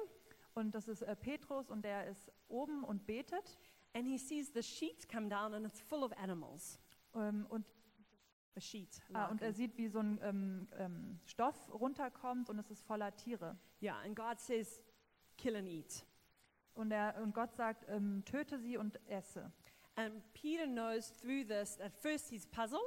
[SPEAKER 2] Und das ist äh, Petrus und der ist oben und betet
[SPEAKER 1] and he sees the sheet come down and it's full of animals.
[SPEAKER 2] ähm, und,
[SPEAKER 1] A sheet. a
[SPEAKER 2] ah, und er
[SPEAKER 1] larkin.
[SPEAKER 2] sieht, wie so ein ähm, ähm, Stoff runterkommt und es ist voller Tiere.
[SPEAKER 1] yeah, and God says, kill and eat.
[SPEAKER 2] Und, er, und Gott sagt, ähm, töte sie und esse.
[SPEAKER 1] And Peter knows through this that first he's puzzled.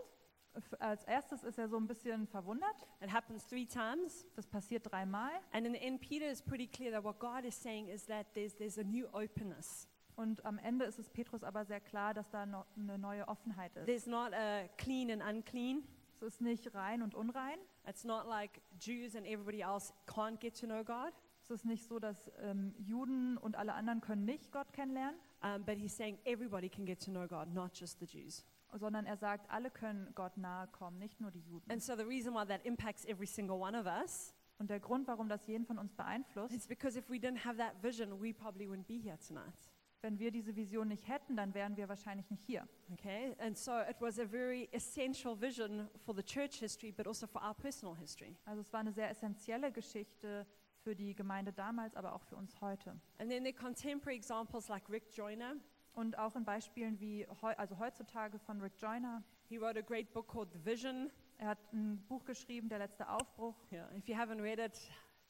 [SPEAKER 2] F als erstes ist er so ein bisschen verwundert.
[SPEAKER 1] It happens three times.
[SPEAKER 2] Das passiert dreimal.
[SPEAKER 1] And in the end, Peter is pretty clear that what God is saying is that there's, there's a new openness.
[SPEAKER 2] Und am Ende ist es Petrus aber sehr klar, dass da noch eine neue Offenheit ist.
[SPEAKER 1] There's not a clean and unclean.
[SPEAKER 2] Es ist nicht rein und unrein.
[SPEAKER 1] It's not like Jews and everybody else can't get to know God.
[SPEAKER 2] Es ist nicht so, dass ähm, Juden und alle anderen können nicht Gott kennenlernen,
[SPEAKER 1] Um, but he's saying everybody can get to know God, not just the Jews.
[SPEAKER 2] sondern er sagt, alle können Gott nahe kommen, nicht nur die Juden.
[SPEAKER 1] And so the reason why that impacts every single one of us
[SPEAKER 2] Und der Grund, warum das jeden von uns beeinflusst,
[SPEAKER 1] is because if we didn't have that vision, we probably wouldn't be here tonight.
[SPEAKER 2] wenn wir diese Vision nicht hätten, dann wären wir wahrscheinlich nicht hier.
[SPEAKER 1] Okay? And so it was a very essential vision for the church history, but also for our personal history.
[SPEAKER 2] Also es war eine sehr essentielle Geschichte für die Gemeinde damals, aber auch für uns heute.
[SPEAKER 1] And then there are contemporary examples like Rick Joyner.
[SPEAKER 2] Und auch in Beispielen wie, heu also heutzutage von Rick Joyner.
[SPEAKER 1] He wrote a great book called The Vision.
[SPEAKER 2] Er hat ein Buch geschrieben, Der letzte Aufbruch.
[SPEAKER 1] Yeah. If you haven't read it,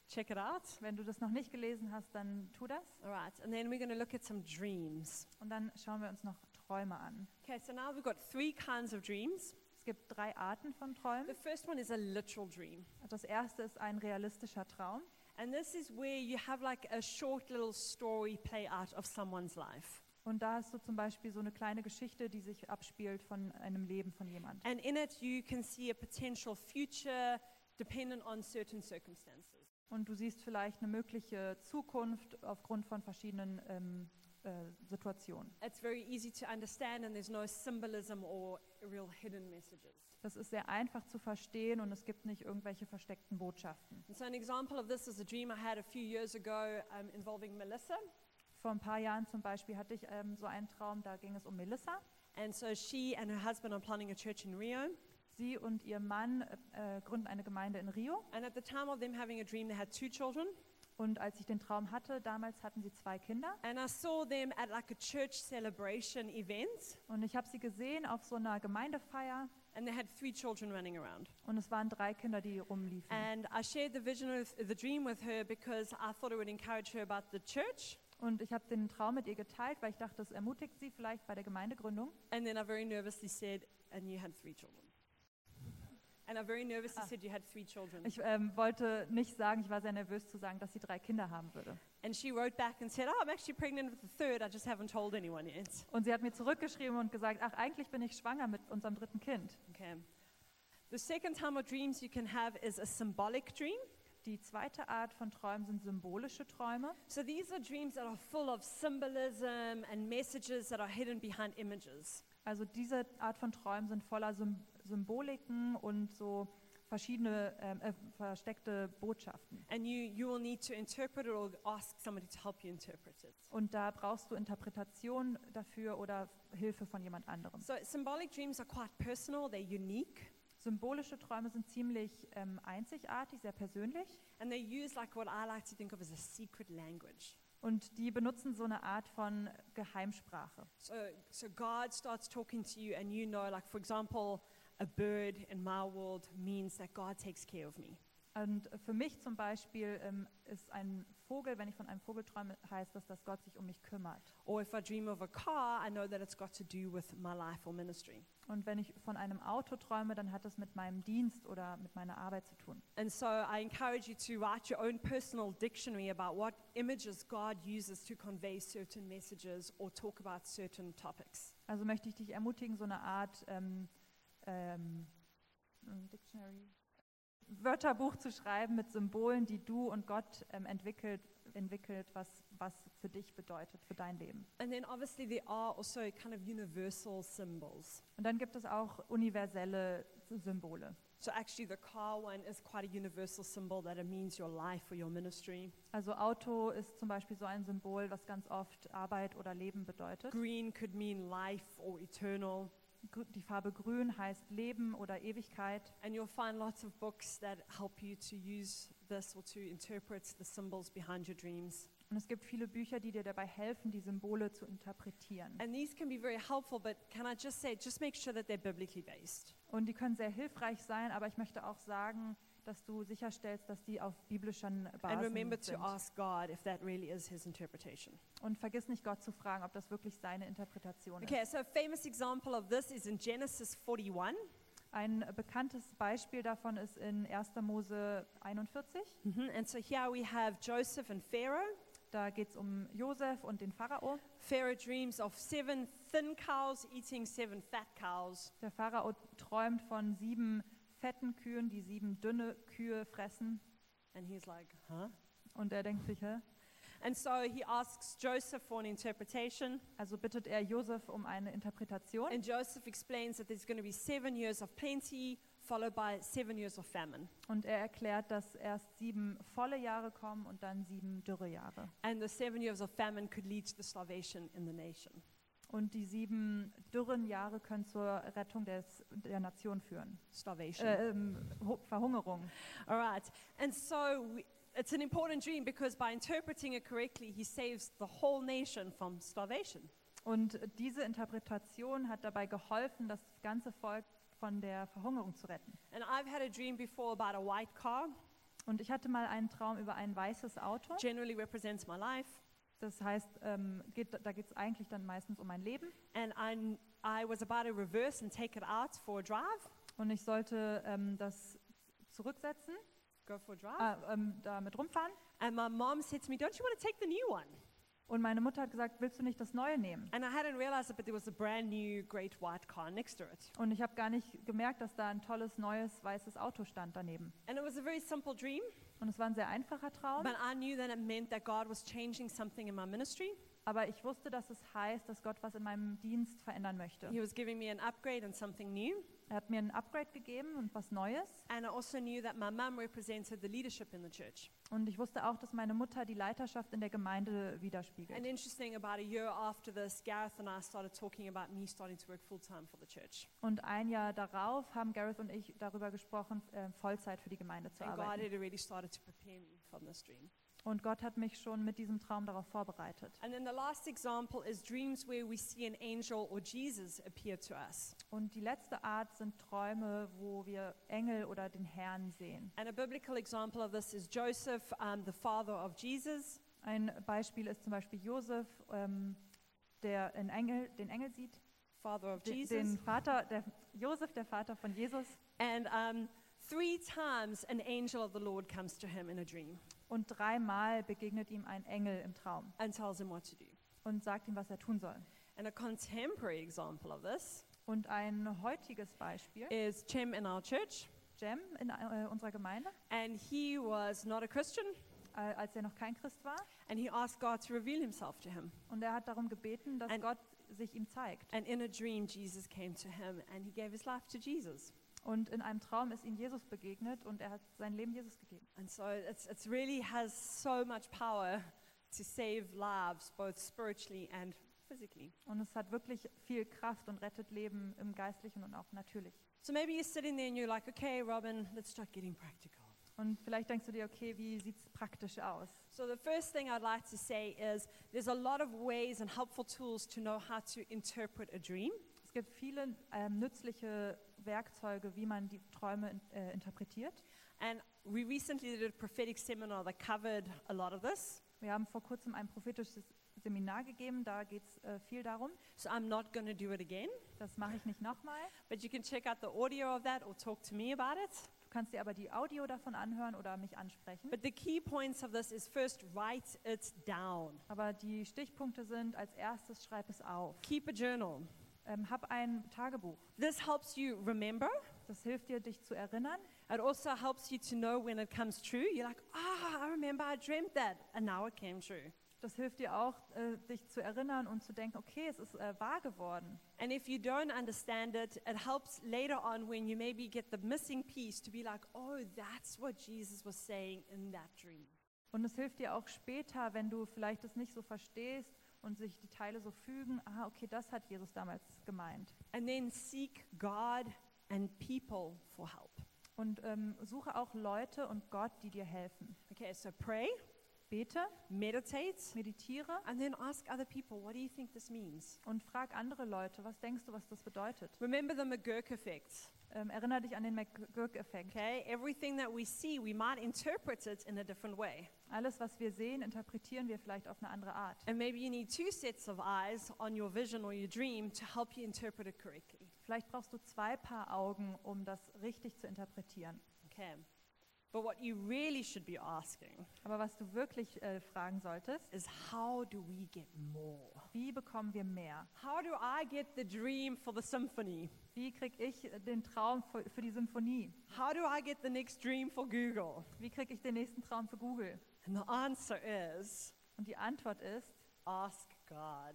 [SPEAKER 1] check it out.
[SPEAKER 2] Wenn du das noch nicht gelesen hast, dann tu das.
[SPEAKER 1] All right. And then we're going to look at some dreams.
[SPEAKER 2] Und dann schauen wir uns noch Träume an.
[SPEAKER 1] Okay, so now we've got three kinds of dreams.
[SPEAKER 2] Es gibt drei Arten von
[SPEAKER 1] The
[SPEAKER 2] Träumen.
[SPEAKER 1] first one is a literal dream.
[SPEAKER 2] Das erste ist ein realistischer Traum.
[SPEAKER 1] And this is where you have like a short little story play out of someone's life.
[SPEAKER 2] Und da hast du zum Beispiel so eine kleine Geschichte, die sich abspielt von einem Leben von jemand.
[SPEAKER 1] And in it, you can see a potential future dependent on certain circumstances.
[SPEAKER 2] Und du siehst vielleicht eine mögliche Zukunft aufgrund von verschiedenen ähm, äh, Situationen.
[SPEAKER 1] It's very easy to understand, and there's no symbolism or real hidden messages.
[SPEAKER 2] Das ist sehr einfach zu verstehen und es gibt nicht irgendwelche versteckten Botschaften.
[SPEAKER 1] And so, an example of this is a dream I had a few years ago um, involving Melissa.
[SPEAKER 2] Vor ein paar Jahren zum Beispiel hatte ich ähm, so einen Traum, da ging es um Melissa.
[SPEAKER 1] And so she and her husband are planning a church in Rio.
[SPEAKER 2] Sie und ihr Mann äh, äh, gründen eine Gemeinde in Rio.
[SPEAKER 1] And at the time of them having a dream, they had two children.
[SPEAKER 2] Und als ich den Traum hatte, damals hatten sie zwei Kinder.
[SPEAKER 1] And I saw them at like a church celebration event,
[SPEAKER 2] Und ich habe sie gesehen auf so einer Gemeindefeier.
[SPEAKER 1] and they had three children running around.
[SPEAKER 2] Und es waren drei Kinder, die rumliefen.
[SPEAKER 1] And I shared the vision of the dream with her because I thought it would encourage her about the church.
[SPEAKER 2] Und ich habe den Traum mit ihr geteilt, weil ich dachte, das ermutigt sie vielleicht bei der Gemeindegründung.
[SPEAKER 1] And then I very nervously said, and you had three children. And I very nervously
[SPEAKER 2] Ah.
[SPEAKER 1] said, you had three children.
[SPEAKER 2] Ich ähm, wollte nicht sagen, ich war sehr nervös zu sagen, dass sie drei Kinder haben würde.
[SPEAKER 1] And she wrote back and said, oh, I'm actually pregnant with the third. I just haven't told anyone yet.
[SPEAKER 2] Und sie hat mir zurückgeschrieben und gesagt, ach, eigentlich bin ich schwanger mit unserem dritten Kind.
[SPEAKER 1] Okay. The second time of dreams you can have is a symbolic dream.
[SPEAKER 2] Die zweite Art von Träumen sind symbolische Träume.
[SPEAKER 1] So these are dreams that are full of symbolism and messages that are hidden behind images.
[SPEAKER 2] Also diese Art von Träumen sind voller Sym Symboliken und so verschiedene ähm, äh, versteckte Botschaften.
[SPEAKER 1] And you, you will need to interpret it or ask somebody to help you interpret it.
[SPEAKER 2] Und da brauchst du Interpretation dafür oder Hilfe von jemand anderem.
[SPEAKER 1] So symbolic dreams are quite personal, they're unique,
[SPEAKER 2] Symbolische Träume sind ziemlich ähm, einzigartig, sehr persönlich.
[SPEAKER 1] and they use like what I like to think of as a secret language.
[SPEAKER 2] Und die benutzen so eine Art von Geheimsprache.
[SPEAKER 1] So, so God starts talking to you, and you know, like for example, a bird in my world means that God takes care of me.
[SPEAKER 2] Und für mich zum Beispiel ähm, ist ein Vogel, wenn ich von einem Vogel träume, heißt das, dass Gott sich um mich kümmert.
[SPEAKER 1] Or if I dream of a car, I know that it's got to do with my life or ministry.
[SPEAKER 2] Und wenn ich von einem Auto träume, dann hat das mit meinem Dienst oder mit meiner Arbeit zu tun.
[SPEAKER 1] And so I encourage you to write your own personal dictionary about what images God uses to convey certain messages or talk about certain topics.
[SPEAKER 2] Also möchte ich dich ermutigen, so eine Art ähm, ähm, ein Dictionary, Wörterbuch zu schreiben mit Symbolen, die du und Gott ähm, entwickelt, entwickelt was, was für dich bedeutet, für dein Leben.
[SPEAKER 1] And then obviously there are also kind of universal symbols.
[SPEAKER 2] Und dann gibt es auch universelle Symbole.
[SPEAKER 1] So actually the car one is quite a universal symbol that it means your life or your ministry.
[SPEAKER 2] Also Auto ist zum Beispiel so ein Symbol, was ganz oft Arbeit oder Leben bedeutet.
[SPEAKER 1] Green could mean life or eternal.
[SPEAKER 2] Grü- Die Farbe Grün heißt Leben oder Ewigkeit.
[SPEAKER 1] And you'll find lots of books that help you to use this or to interpret the symbols behind your dreams.
[SPEAKER 2] Und es gibt viele Bücher, die dir dabei helfen, die Symbole zu interpretieren.
[SPEAKER 1] And these can be very helpful, but can I just say, just make sure that they're biblically based.
[SPEAKER 2] Und die können sehr hilfreich sein, aber ich möchte auch sagen, dass du sicherstellst, dass die auf biblischen
[SPEAKER 1] and
[SPEAKER 2] Basen
[SPEAKER 1] remember to
[SPEAKER 2] sind.
[SPEAKER 1] ask God if that really is his interpretation.
[SPEAKER 2] Und vergiss nicht, Gott zu fragen, ob das wirklich seine Interpretation
[SPEAKER 1] Okay, so a famous example of this is in Genesis 41.
[SPEAKER 2] ist. Ein bekanntes Beispiel davon ist in 1. Mose 41.
[SPEAKER 1] And so here we have Joseph and Pharaoh.
[SPEAKER 2] Da geht es um Josef und den Pharao.
[SPEAKER 1] Pharaoh dreams of seven thin cows eating seven fat cows.
[SPEAKER 2] Der Pharao träumt von sieben fetten Kühen, die sieben dünne Kühe fressen.
[SPEAKER 1] And he's like, huh?
[SPEAKER 2] Und er denkt sich, hä?
[SPEAKER 1] And so he asks Joseph for an interpretation.
[SPEAKER 2] Also bittet er Josef um eine Interpretation.
[SPEAKER 1] And Joseph explains that there's going to be seven years of plenty, followed by seven years of famine.
[SPEAKER 2] Und er erklärt, dass erst sieben volle Jahre kommen und dann sieben dürre Jahre.
[SPEAKER 1] And the seven years of famine could lead to the starvation in the nation.
[SPEAKER 2] Und die sieben dürren Jahre können zur Rettung des, der Nation führen.
[SPEAKER 1] Starvation.
[SPEAKER 2] Äh, ähm, Ho- Verhungerung.
[SPEAKER 1] All right. And so we, it's an important dream because by interpreting it correctly, he saves the whole nation from starvation.
[SPEAKER 2] Und diese Interpretation hat dabei geholfen, das ganze Volk von der Verhungerung zu retten.
[SPEAKER 1] And I've had a dream before about a white car,
[SPEAKER 2] Und ich hatte mal einen Traum über ein weißes Auto.
[SPEAKER 1] generally represents my life.
[SPEAKER 2] Das heißt, ähm, geht, da geht es eigentlich dann meistens um mein Leben.
[SPEAKER 1] And I, kn- I was about to reverse and take it out for a drive,
[SPEAKER 2] Und ich sollte ähm, das zurücksetzen,
[SPEAKER 1] go for a drive.
[SPEAKER 2] äh, ähm, damit rumfahren.
[SPEAKER 1] and my mom said to me, Don't you want to take the new one?
[SPEAKER 2] Und meine Mutter hat gesagt, willst du nicht das Neue nehmen?
[SPEAKER 1] And I hadn't realized it, but there was a brand new great white car next to it.
[SPEAKER 2] Und ich habe gar nicht gemerkt, dass da ein tolles, neues, weißes Auto stand daneben.
[SPEAKER 1] And it was a very simple dream,
[SPEAKER 2] Und es war ein sehr einfacher Traum,
[SPEAKER 1] but I knew that it meant that God was changing something in my ministry.
[SPEAKER 2] aber ich wusste, dass es heißt, dass Gott was in meinem Dienst verändern möchte.
[SPEAKER 1] He was giving me an upgrade and something new.
[SPEAKER 2] Er hat mir ein Upgrade gegeben und was Neues.
[SPEAKER 1] And I also knew that my mum represented the leadership in the church.
[SPEAKER 2] Und ich wusste auch, dass meine Mutter die Leiterschaft in der Gemeinde
[SPEAKER 1] And
[SPEAKER 2] widerspiegelt.
[SPEAKER 1] interesting, about a year after this, Gareth and I started talking about me starting to work full time for the church.
[SPEAKER 2] Und ein Jahr darauf haben Gareth und ich darüber gesprochen, äh, Vollzeit für die Gemeinde zu
[SPEAKER 1] And God
[SPEAKER 2] arbeiten.
[SPEAKER 1] had already started to prepare me from this dream.
[SPEAKER 2] Und Gott hat mich schon mit diesem Traum darauf vorbereitet.
[SPEAKER 1] And then the last example is dreams where we see an angel or Jesus appear to us.
[SPEAKER 2] Und die letzte Art sind Träume, wo wir Engel oder den Herrn sehen.
[SPEAKER 1] And a biblical example of this is Joseph, um, the father of Jesus.
[SPEAKER 2] Ein Beispiel ist zum Beispiel Josef, ähm, der einen Engel, den Engel sieht,
[SPEAKER 1] father of
[SPEAKER 2] de-
[SPEAKER 1] Jesus.
[SPEAKER 2] den Vater, der Josef, der Vater von Jesus.
[SPEAKER 1] and um, three times an angel of the Lord comes to him in a dream
[SPEAKER 2] Und dreimal begegnet ihm ein Engel im Traum
[SPEAKER 1] and tells him what to do.
[SPEAKER 2] und sagt ihm, was er tun soll.
[SPEAKER 1] And a contemporary example of this
[SPEAKER 2] Und ein heutiges Beispiel,
[SPEAKER 1] is Chem in our church.
[SPEAKER 2] Jem in äh, unserer Gemeinde,
[SPEAKER 1] And he was not a Christian,
[SPEAKER 2] äh, als er noch kein Christ war.
[SPEAKER 1] and he asked God to reveal himself to him.
[SPEAKER 2] Und er hat darum gebeten, dass
[SPEAKER 1] Ein-
[SPEAKER 2] Gott sich ihm zeigt.
[SPEAKER 1] And in a dream, Jesus came to him and he gave his life to Jesus.
[SPEAKER 2] Und in einem Traum ist ihm Jesus begegnet und er hat sein Leben Jesus gegeben.
[SPEAKER 1] And so it's, it's really has so much power to save lives, both spiritually and physically.
[SPEAKER 2] Und es hat wirklich viel Kraft und rettet Leben im Geistlichen und auch natürlich.
[SPEAKER 1] So maybe you're sitting there and you're like, okay, Robin, let's start getting practical.
[SPEAKER 2] Und vielleicht denkst du dir, okay, wie sieht es praktisch aus?
[SPEAKER 1] So, the first thing I'd like to say is there's a lot of ways and helpful tools to know how to interpret a dream.
[SPEAKER 2] Es gibt viele ähm, nützliche Werkzeuge, wie man die Träume in, äh, interpretiert.
[SPEAKER 1] And we recently did a prophetic seminar that covered a lot of this.
[SPEAKER 2] Wir haben vor kurzem ein prophetisches Seminar gegeben, da geht es äh, viel darum.
[SPEAKER 1] So, I'm not going to do it again,
[SPEAKER 2] Das mache ich nicht nochmal.
[SPEAKER 1] but you can check out the audio of that or talk to me about it.
[SPEAKER 2] Du kannst dir aber die Audio davon anhören oder mich ansprechen.
[SPEAKER 1] But the key points of this is first, write it down,
[SPEAKER 2] Aber die Stichpunkte sind, als erstes schreib es auf.
[SPEAKER 1] keep a journal.
[SPEAKER 2] Ähm, hab ein Tagebuch.
[SPEAKER 1] This helps you remember.
[SPEAKER 2] Das hilft dir, dich zu erinnern.
[SPEAKER 1] It also helps you to know when it comes true. You're like, ah, I remember I dreamt that, and now it came true.
[SPEAKER 2] Das hilft dir auch, äh, dich zu erinnern und zu denken, okay, es ist äh, wahr geworden.
[SPEAKER 1] And if you don't understand it, it helps later on when you maybe get the missing piece to be like, oh, that's what Jesus was saying in that dream.
[SPEAKER 2] Und es hilft dir auch später, wenn du vielleicht das nicht so verstehst und sich die Teile so fügen, ah, okay, das hat Jesus damals gemeint.
[SPEAKER 1] And then seek God and people for help.
[SPEAKER 2] Und ähm, suche auch Leute und Gott, die dir helfen.
[SPEAKER 1] Okay, so pray,
[SPEAKER 2] Bete,
[SPEAKER 1] meditate,
[SPEAKER 2] meditiere
[SPEAKER 1] and then ask other people, what do you think this means?
[SPEAKER 2] und frag andere Leute, was denkst du, was das bedeutet?
[SPEAKER 1] Remember the McGurk effect.
[SPEAKER 2] Ähm, erinnere dich an den McGurk-Effekt.
[SPEAKER 1] Okay, everything that we see, we might interpret it in a different way.
[SPEAKER 2] Alles, was wir sehen, interpretieren wir vielleicht auf eine andere Art.
[SPEAKER 1] And maybe you need two sets of eyes on your vision or your dream to help you interpret it correctly.
[SPEAKER 2] Vielleicht brauchst du zwei Paar Augen, um das richtig zu interpretieren.
[SPEAKER 1] Okay. But what you really should be asking
[SPEAKER 2] Aber was du wirklich äh, fragen solltest,
[SPEAKER 1] is how do we get more?
[SPEAKER 2] wie bekommen wir mehr?
[SPEAKER 1] How do I get the dream for the symphony?
[SPEAKER 2] Wie kriege ich äh, den Traum für, für die Symphonie?
[SPEAKER 1] How do I get the next dream for Google?
[SPEAKER 2] Wie kriege ich den nächsten Traum für Google?
[SPEAKER 1] And the answer is
[SPEAKER 2] Und die Antwort ist,
[SPEAKER 1] ask God.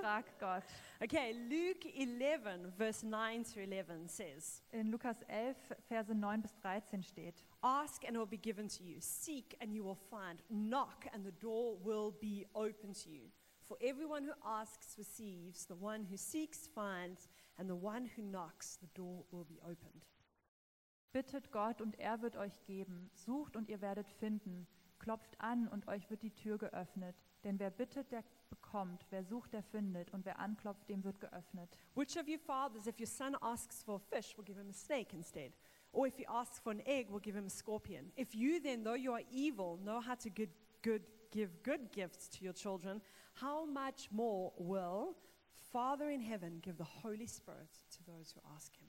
[SPEAKER 2] frag Gott.
[SPEAKER 1] Okay, Luke 11, verse 9 to 11 says,
[SPEAKER 2] In Lukas 11, Verse 9 bis 13 steht,
[SPEAKER 1] Ask and it will be given to you. Seek and you will find. Knock and the door will be open to you. For everyone who asks receives, the one who seeks finds, and the one who knocks, the door will be opened.
[SPEAKER 2] bittet Gott und er wird euch geben, sucht und ihr werdet finden, klopft an und euch wird die Tür geöffnet. Denn wer bittet, der bekommt, wer sucht, der findet und wer anklopft, dem wird geöffnet.
[SPEAKER 1] Which of you fathers, if your son asks for a fish, will give him a snake instead? Or if he asks for an egg, will give him a scorpion? If you then, though you are evil, know how to good, good, give good gifts to your children, how much more will Father in heaven give the Holy Spirit to those who ask him?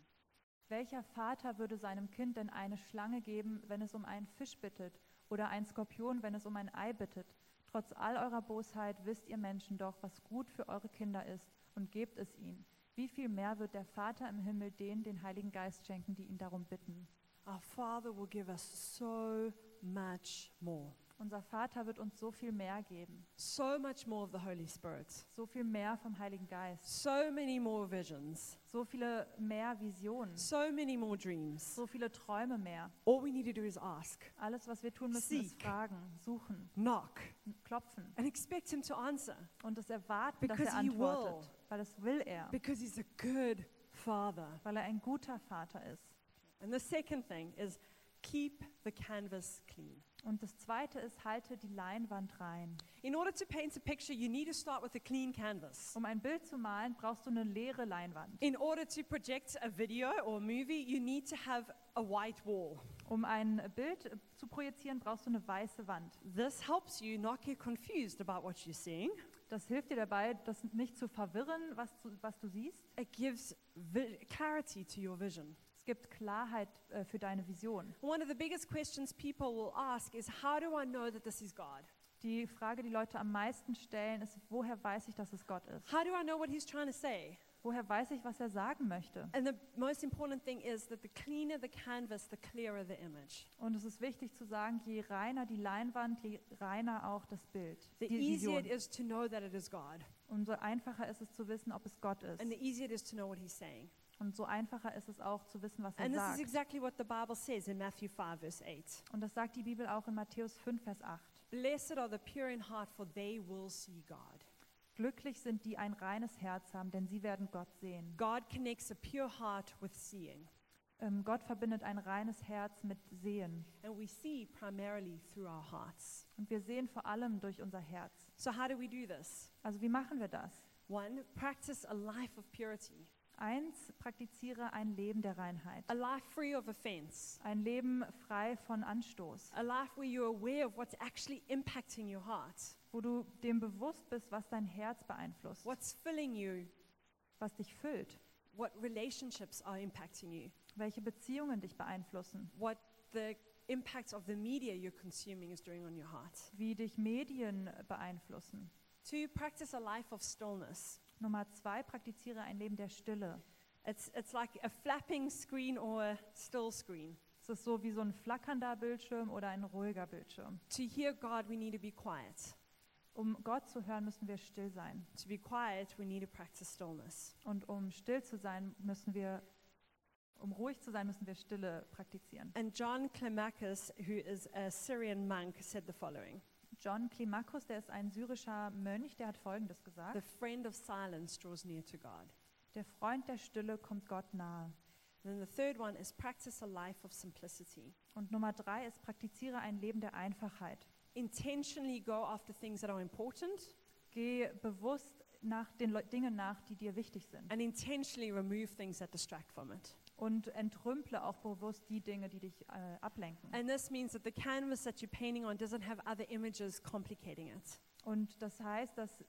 [SPEAKER 2] Welcher Vater würde seinem Kind denn eine Schlange geben, wenn es um einen Fisch bittet, oder einen Skorpion, wenn es um ein Ei bittet? Trotz all eurer Bosheit wisst ihr Menschen doch, was gut für eure Kinder ist, und gebt es ihnen. Wie viel mehr wird der Vater im Himmel denen den Heiligen Geist schenken, die ihn darum bitten?
[SPEAKER 1] Our Father will give us so much more.
[SPEAKER 2] Unser Vater wird uns so viel mehr geben,
[SPEAKER 1] so much more of the Holy Spirit,
[SPEAKER 2] so viel mehr vom Heiligen Geist,
[SPEAKER 1] so many more visions,
[SPEAKER 2] so viele mehr Visionen,
[SPEAKER 1] so many more dreams.
[SPEAKER 2] so viele Träume mehr.
[SPEAKER 1] All we need to do is ask,
[SPEAKER 2] Alles, was wir tun müssen, ist
[SPEAKER 1] Seek.
[SPEAKER 2] fragen, suchen,
[SPEAKER 1] knock,
[SPEAKER 2] klopfen
[SPEAKER 1] and expect Him to answer
[SPEAKER 2] und es erwarten, dass
[SPEAKER 1] Because
[SPEAKER 2] er
[SPEAKER 1] he will.
[SPEAKER 2] antwortet, weil das will er,
[SPEAKER 1] because He's a good Father.
[SPEAKER 2] weil er ein guter Vater ist.
[SPEAKER 1] And the second thing is keep the canvas clean.
[SPEAKER 2] Und das Zweite ist, halte die Leinwand rein.
[SPEAKER 1] In order to paint a picture, you need to start with a clean canvas.
[SPEAKER 2] Um ein Bild zu malen, brauchst du eine leere Leinwand.
[SPEAKER 1] In order to project a video or movie, you need to have a white wall.
[SPEAKER 2] Um ein Bild äh, zu projizieren, brauchst du eine weiße Wand.
[SPEAKER 1] This helps you not get confused about what you're seeing.
[SPEAKER 2] Das hilft dir dabei, das nicht zu verwirren, was du, was du siehst.
[SPEAKER 1] It gives vi- clarity to your vision.
[SPEAKER 2] Es gibt Klarheit äh, für deine Vision.
[SPEAKER 1] One of the biggest questions people will ask is how do I know that this is God?
[SPEAKER 2] Die Frage, die Leute am meisten stellen, ist, woher weiß ich, dass es Gott ist?
[SPEAKER 1] How do I know what he's trying to say?
[SPEAKER 2] Woher weiß ich, was er sagen möchte?
[SPEAKER 1] And the most important thing is that the cleaner the canvas, the clearer the image.
[SPEAKER 2] Und es ist wichtig zu sagen, je reiner die Leinwand, je reiner auch das Bild.
[SPEAKER 1] The
[SPEAKER 2] Die
[SPEAKER 1] easier it
[SPEAKER 2] Vision.
[SPEAKER 1] is to know that it is God,
[SPEAKER 2] Umso einfacher ist es zu wissen, ob es Gott ist.
[SPEAKER 1] and the easier it is to know what he's saying.
[SPEAKER 2] Und so einfacher ist es auch zu wissen, was er
[SPEAKER 1] And this is
[SPEAKER 2] sagt.
[SPEAKER 1] exactly what the Bible says in Matthew 5, verse 8.
[SPEAKER 2] Und das sagt die Bibel auch in Matthäus 5, Vers 8.
[SPEAKER 1] Blessed are the pure in heart, for they will see God.
[SPEAKER 2] Glücklich sind die ein reines Herz haben, denn sie werden Gott sehen.
[SPEAKER 1] God connects a pure heart with seeing,
[SPEAKER 2] Ähm, Gott verbindet ein reines Herz mit Sehen.
[SPEAKER 1] and we see primarily through our hearts.
[SPEAKER 2] Und wir sehen vor allem durch unser Herz.
[SPEAKER 1] So, how do we do this?
[SPEAKER 2] Also wie machen wir das?
[SPEAKER 1] One, practice a life of purity,
[SPEAKER 2] Eins, praktiziere ein Leben der Reinheit.
[SPEAKER 1] a life free of offense,
[SPEAKER 2] Ein Leben frei von Anstoß,
[SPEAKER 1] a life where you're aware of what's actually impacting your heart,
[SPEAKER 2] wo du dem bewusst bist, was dein Herz beeinflusst,
[SPEAKER 1] what's filling you,
[SPEAKER 2] was dich füllt,
[SPEAKER 1] what relationships are impacting you,
[SPEAKER 2] welche Beziehungen dich beeinflussen,
[SPEAKER 1] what the impact of the media you're consuming is doing on your heart.
[SPEAKER 2] wie dich Medien beeinflussen.
[SPEAKER 1] Two, practice a life of stillness.
[SPEAKER 2] Nummer zwei, praktiziere ein Leben der Stille.
[SPEAKER 1] It's, it's like a flapping screen or a still screen.
[SPEAKER 2] Es ist so wie so ein flackernder Bildschirm oder ein ruhiger Bildschirm.
[SPEAKER 1] To hear God, we need to be quiet.
[SPEAKER 2] Um Gott zu hören, müssen wir still sein.
[SPEAKER 1] To be quiet, we need to practice stillness.
[SPEAKER 2] Und um still zu sein, müssen wir, um ruhig zu sein, müssen wir Stille praktizieren.
[SPEAKER 1] And John Climacus, who is a Syrian monk, said the following
[SPEAKER 2] John Klimakos, der ist ein syrischer Mönch, der hat Folgendes gesagt.
[SPEAKER 1] The friend of silence draws near to God.
[SPEAKER 2] Der Freund der Stille kommt Gott nahe.
[SPEAKER 1] And then the third one is practice a life of simplicity.
[SPEAKER 2] Und Nummer drei ist, praktiziere ein Leben der Einfachheit.
[SPEAKER 1] Intentionally go after things that are important
[SPEAKER 2] Geh bewusst nach den Leu- Dingen nach, die dir wichtig sind.
[SPEAKER 1] and intentionally remove things that distract from it.
[SPEAKER 2] Und entrümple auch bewusst die Dinge, die dich äh, ablenken.
[SPEAKER 1] And this means that the canvas that you're painting on doesn't have other images complicating it.
[SPEAKER 2] Und das heißt, dass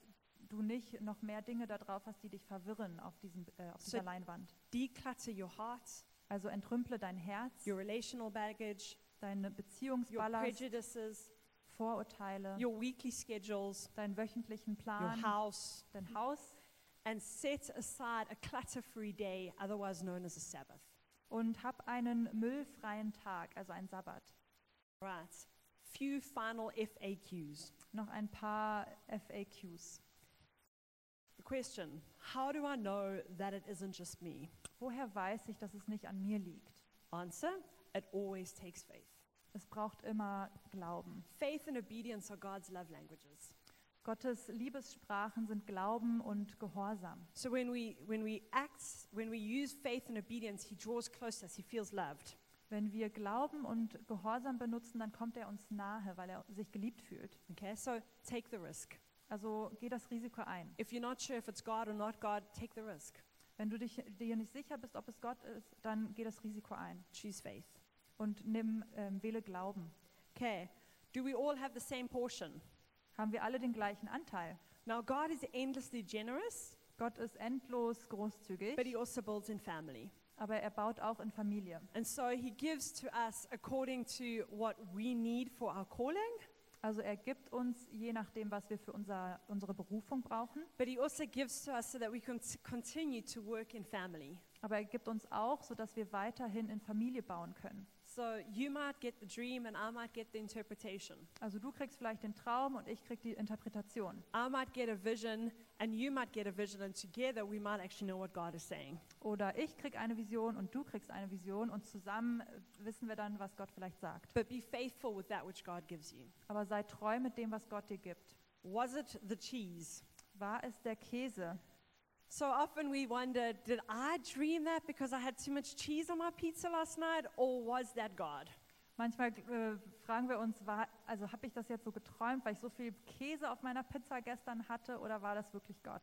[SPEAKER 2] du nicht noch mehr Dinge da drauf hast, die dich verwirren auf, diesem, äh, auf
[SPEAKER 1] So-
[SPEAKER 2] dieser Leinwand.
[SPEAKER 1] Declutter your heart,
[SPEAKER 2] Also entrümple dein Herz,
[SPEAKER 1] your relational baggage,
[SPEAKER 2] deine
[SPEAKER 1] your
[SPEAKER 2] Beziehungsballast,
[SPEAKER 1] prejudices,
[SPEAKER 2] Vorurteile,
[SPEAKER 1] your weekly schedules,
[SPEAKER 2] deinen wöchentlichen
[SPEAKER 1] your
[SPEAKER 2] Plan,
[SPEAKER 1] house,
[SPEAKER 2] dein Haus
[SPEAKER 1] and set aside a clutter free day, otherwise known as a Sabbath.
[SPEAKER 2] und hab einen müllfreien Tag, also einen Sabbat.
[SPEAKER 1] Right. Few final FAQs.
[SPEAKER 2] Noch ein paar FAQs.
[SPEAKER 1] The question How do I know that it isn't just me?
[SPEAKER 2] Woher weiß ich, dass es nicht an mir liegt?
[SPEAKER 1] Answer It always takes faith.
[SPEAKER 2] Es braucht immer Glauben.
[SPEAKER 1] Faith and obedience are God's love languages.
[SPEAKER 2] Gottes Liebessprachen sind Glauben und Gehorsam.
[SPEAKER 1] So when we when we act, when we use faith and obedience, he draws close to us. He feels loved.
[SPEAKER 2] Wenn wir Glauben und Gehorsam benutzen, dann kommt er uns nahe, weil er sich geliebt fühlt.
[SPEAKER 1] Okay, so take the risk.
[SPEAKER 2] Also geh das Risiko ein.
[SPEAKER 1] If you're not sure if it's God or not God, take the risk.
[SPEAKER 2] Wenn du dich, dir nicht sicher bist, ob es Gott ist, dann geh das Risiko ein
[SPEAKER 1] Choose faith.
[SPEAKER 2] und nimm, ähm, wähle Glauben.
[SPEAKER 1] Okay, do we all have the same portion?
[SPEAKER 2] Haben wir alle den gleichen Anteil?
[SPEAKER 1] Now God is endlessly generous,
[SPEAKER 2] Gott ist endlos großzügig,
[SPEAKER 1] but He also builds in family,
[SPEAKER 2] aber er baut auch in Familie.
[SPEAKER 1] and so He gives to us according to what we need for our calling.
[SPEAKER 2] Also er gibt uns je nachdem, was wir für unser, unsere Berufung brauchen,
[SPEAKER 1] But He also gives to us so that we can t- continue to work in family.
[SPEAKER 2] aber er gibt uns auch, sodass wir weiterhin in Familie bauen können.
[SPEAKER 1] So you might get the dream and I might get the interpretation.
[SPEAKER 2] Also du kriegst vielleicht den Traum und ich krieg die Interpretation.
[SPEAKER 1] I might get a vision and you might get a vision, and together we might actually know what God is saying.
[SPEAKER 2] Oder ich krieg eine Vision und du kriegst eine Vision und zusammen äh, wissen wir dann, was Gott vielleicht sagt.
[SPEAKER 1] But be faithful with that which God gives you.
[SPEAKER 2] Aber sei treu mit dem, was Gott dir gibt.
[SPEAKER 1] Was it the cheese?
[SPEAKER 2] War es der Käse?
[SPEAKER 1] So often we wonder, did I dream that because I had too much cheese on my pizza last night, or was that God?
[SPEAKER 2] Manchmal äh, fragen wir uns, war, also habe ich das jetzt so geträumt, weil ich so viel Käse auf meiner Pizza gestern hatte oder war das wirklich Gott?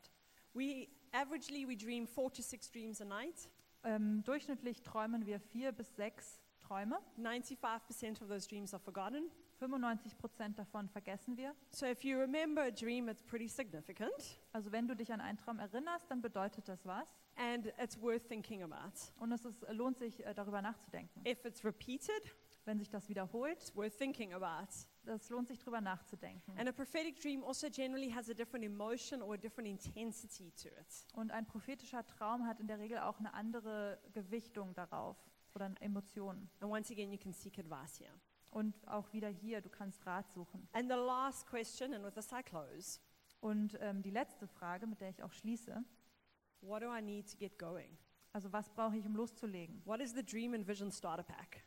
[SPEAKER 1] We averagely we dream four to six dreams a night.
[SPEAKER 2] Ähm, durchschnittlich träumen wir vier bis sechs Träume.
[SPEAKER 1] 95% of those dreams are forgotten.
[SPEAKER 2] 95 Prozent davon vergessen wir.
[SPEAKER 1] So if you remember a dream, it's pretty significant
[SPEAKER 2] Also wenn du dich an einen Traum erinnerst, dann bedeutet das was.
[SPEAKER 1] and it's worth thinking about.
[SPEAKER 2] Und es ist, lohnt sich, äh, darüber nachzudenken.
[SPEAKER 1] If it's repeated,
[SPEAKER 2] Wenn sich das wiederholt,
[SPEAKER 1] it's worth thinking about.
[SPEAKER 2] das lohnt sich, darüber nachzudenken.
[SPEAKER 1] And a prophetic dream also generally has a different emotion or a different intensity to it.
[SPEAKER 2] Und ein prophetischer Traum hat in der Regel auch eine andere Gewichtung darauf oder an Emotionen.
[SPEAKER 1] And once again, you can seek advice here.
[SPEAKER 2] Und auch wieder hier, du kannst Rat suchen.
[SPEAKER 1] And the last question, and with this I close
[SPEAKER 2] Und ähm, die letzte Frage, mit der ich auch schließe,
[SPEAKER 1] what do I need to get going?
[SPEAKER 2] also was brauche ich, um loszulegen?
[SPEAKER 1] What is the Dream and Vision Starter Pack?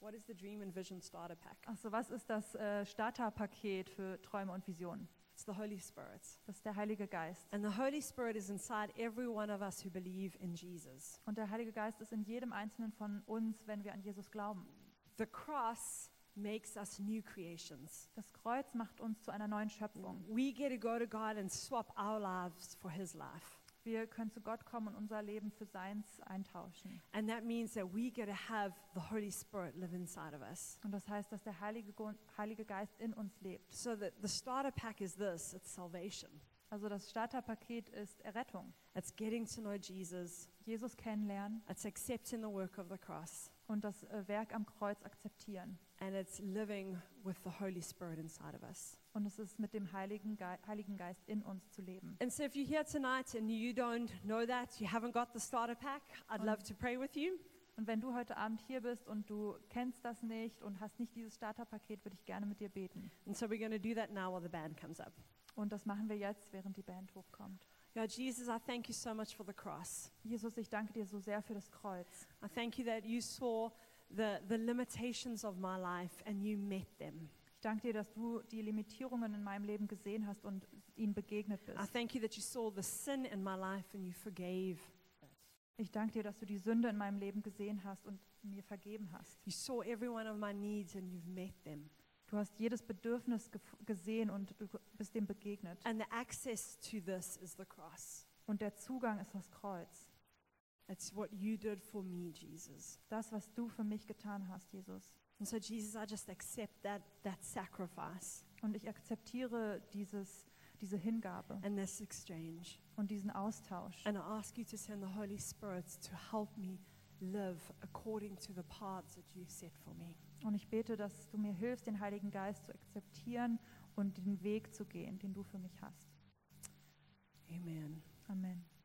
[SPEAKER 1] What is the Dream and Vision Starter Pack?
[SPEAKER 2] Achso, was ist das äh, Starterpaket für Träume und Visionen?
[SPEAKER 1] It's the Holy Spirit.
[SPEAKER 2] Das ist der Heilige Geist.
[SPEAKER 1] And the Holy Spirit is inside every one of us who believe in Jesus.
[SPEAKER 2] Und der Heilige Geist ist in jedem Einzelnen von uns, wenn wir an Jesus glauben.
[SPEAKER 1] The cross makes us new creations.
[SPEAKER 2] Das Kreuz macht uns zu einer neuen Schöpfung.
[SPEAKER 1] We get to go to God and swap our lives for His life.
[SPEAKER 2] Wir können zu Gott kommen und unser Leben für seins eintauschen.
[SPEAKER 1] And that means that we get to have the Holy Spirit live inside of us.
[SPEAKER 2] Und das heißt, dass der Heilige, Gu- Heilige Geist in uns lebt.
[SPEAKER 1] So that the starter pack is this it's salvation,
[SPEAKER 2] Also das Starterpaket ist Errettung.
[SPEAKER 1] it's getting to know Jesus,
[SPEAKER 2] Jesus kennenlernen
[SPEAKER 1] it's accepting the work of the cross,
[SPEAKER 2] und das äh, Werk am Kreuz akzeptieren.
[SPEAKER 1] and it's living with the Holy Spirit inside of us.
[SPEAKER 2] Und es ist mit dem Heiligen, Ge Heiligen Geist in uns zu leben.
[SPEAKER 1] And so, if you're here tonight and you don't know that, you haven't got the starter pack, I'd love to pray with you.
[SPEAKER 2] Und wenn du heute Abend hier bist und du kennst das nicht und hast nicht dieses Starterpaket, würde ich gerne mit dir beten.
[SPEAKER 1] And so, we're going to do that now while the band comes up.
[SPEAKER 2] Und das machen wir jetzt, während die Band hochkommt.
[SPEAKER 1] Yeah, Jesus, I thank you so much for the cross.
[SPEAKER 2] Jesus, ich danke dir so sehr für das Kreuz.
[SPEAKER 1] I thank you that you saw the, the limitations of my life and you met them.
[SPEAKER 2] Ich danke dir, dass du die Limitierungen in meinem Leben gesehen hast und ihnen begegnet
[SPEAKER 1] I
[SPEAKER 2] bist.
[SPEAKER 1] thank you that you saw the sin in my life and you forgave.
[SPEAKER 2] Ich danke dir, dass du die Sünde in meinem Leben gesehen hast und mir vergeben hast.
[SPEAKER 1] You saw every one of my needs and you've met them.
[SPEAKER 2] Du hast jedes Bedürfnis gef- gesehen und du bist dem begegnet.
[SPEAKER 1] And the access to this is the cross.
[SPEAKER 2] Und der Zugang ist das Kreuz.
[SPEAKER 1] It's what you did for me, Jesus.
[SPEAKER 2] Das, was du für mich getan hast, Jesus.
[SPEAKER 1] And so, Jesus, I just accept that, that sacrifice
[SPEAKER 2] Und ich akzeptiere dieses, diese Hingabe
[SPEAKER 1] and this exchange.
[SPEAKER 2] und diesen Austausch.
[SPEAKER 1] And I ask you to send the Holy Spirit to help me live according to the paths that you set for me.
[SPEAKER 2] Und ich bete, dass du mir hilfst, den Heiligen Geist zu akzeptieren und den Weg zu gehen, den du für mich hast.
[SPEAKER 1] Amen.
[SPEAKER 2] Amen.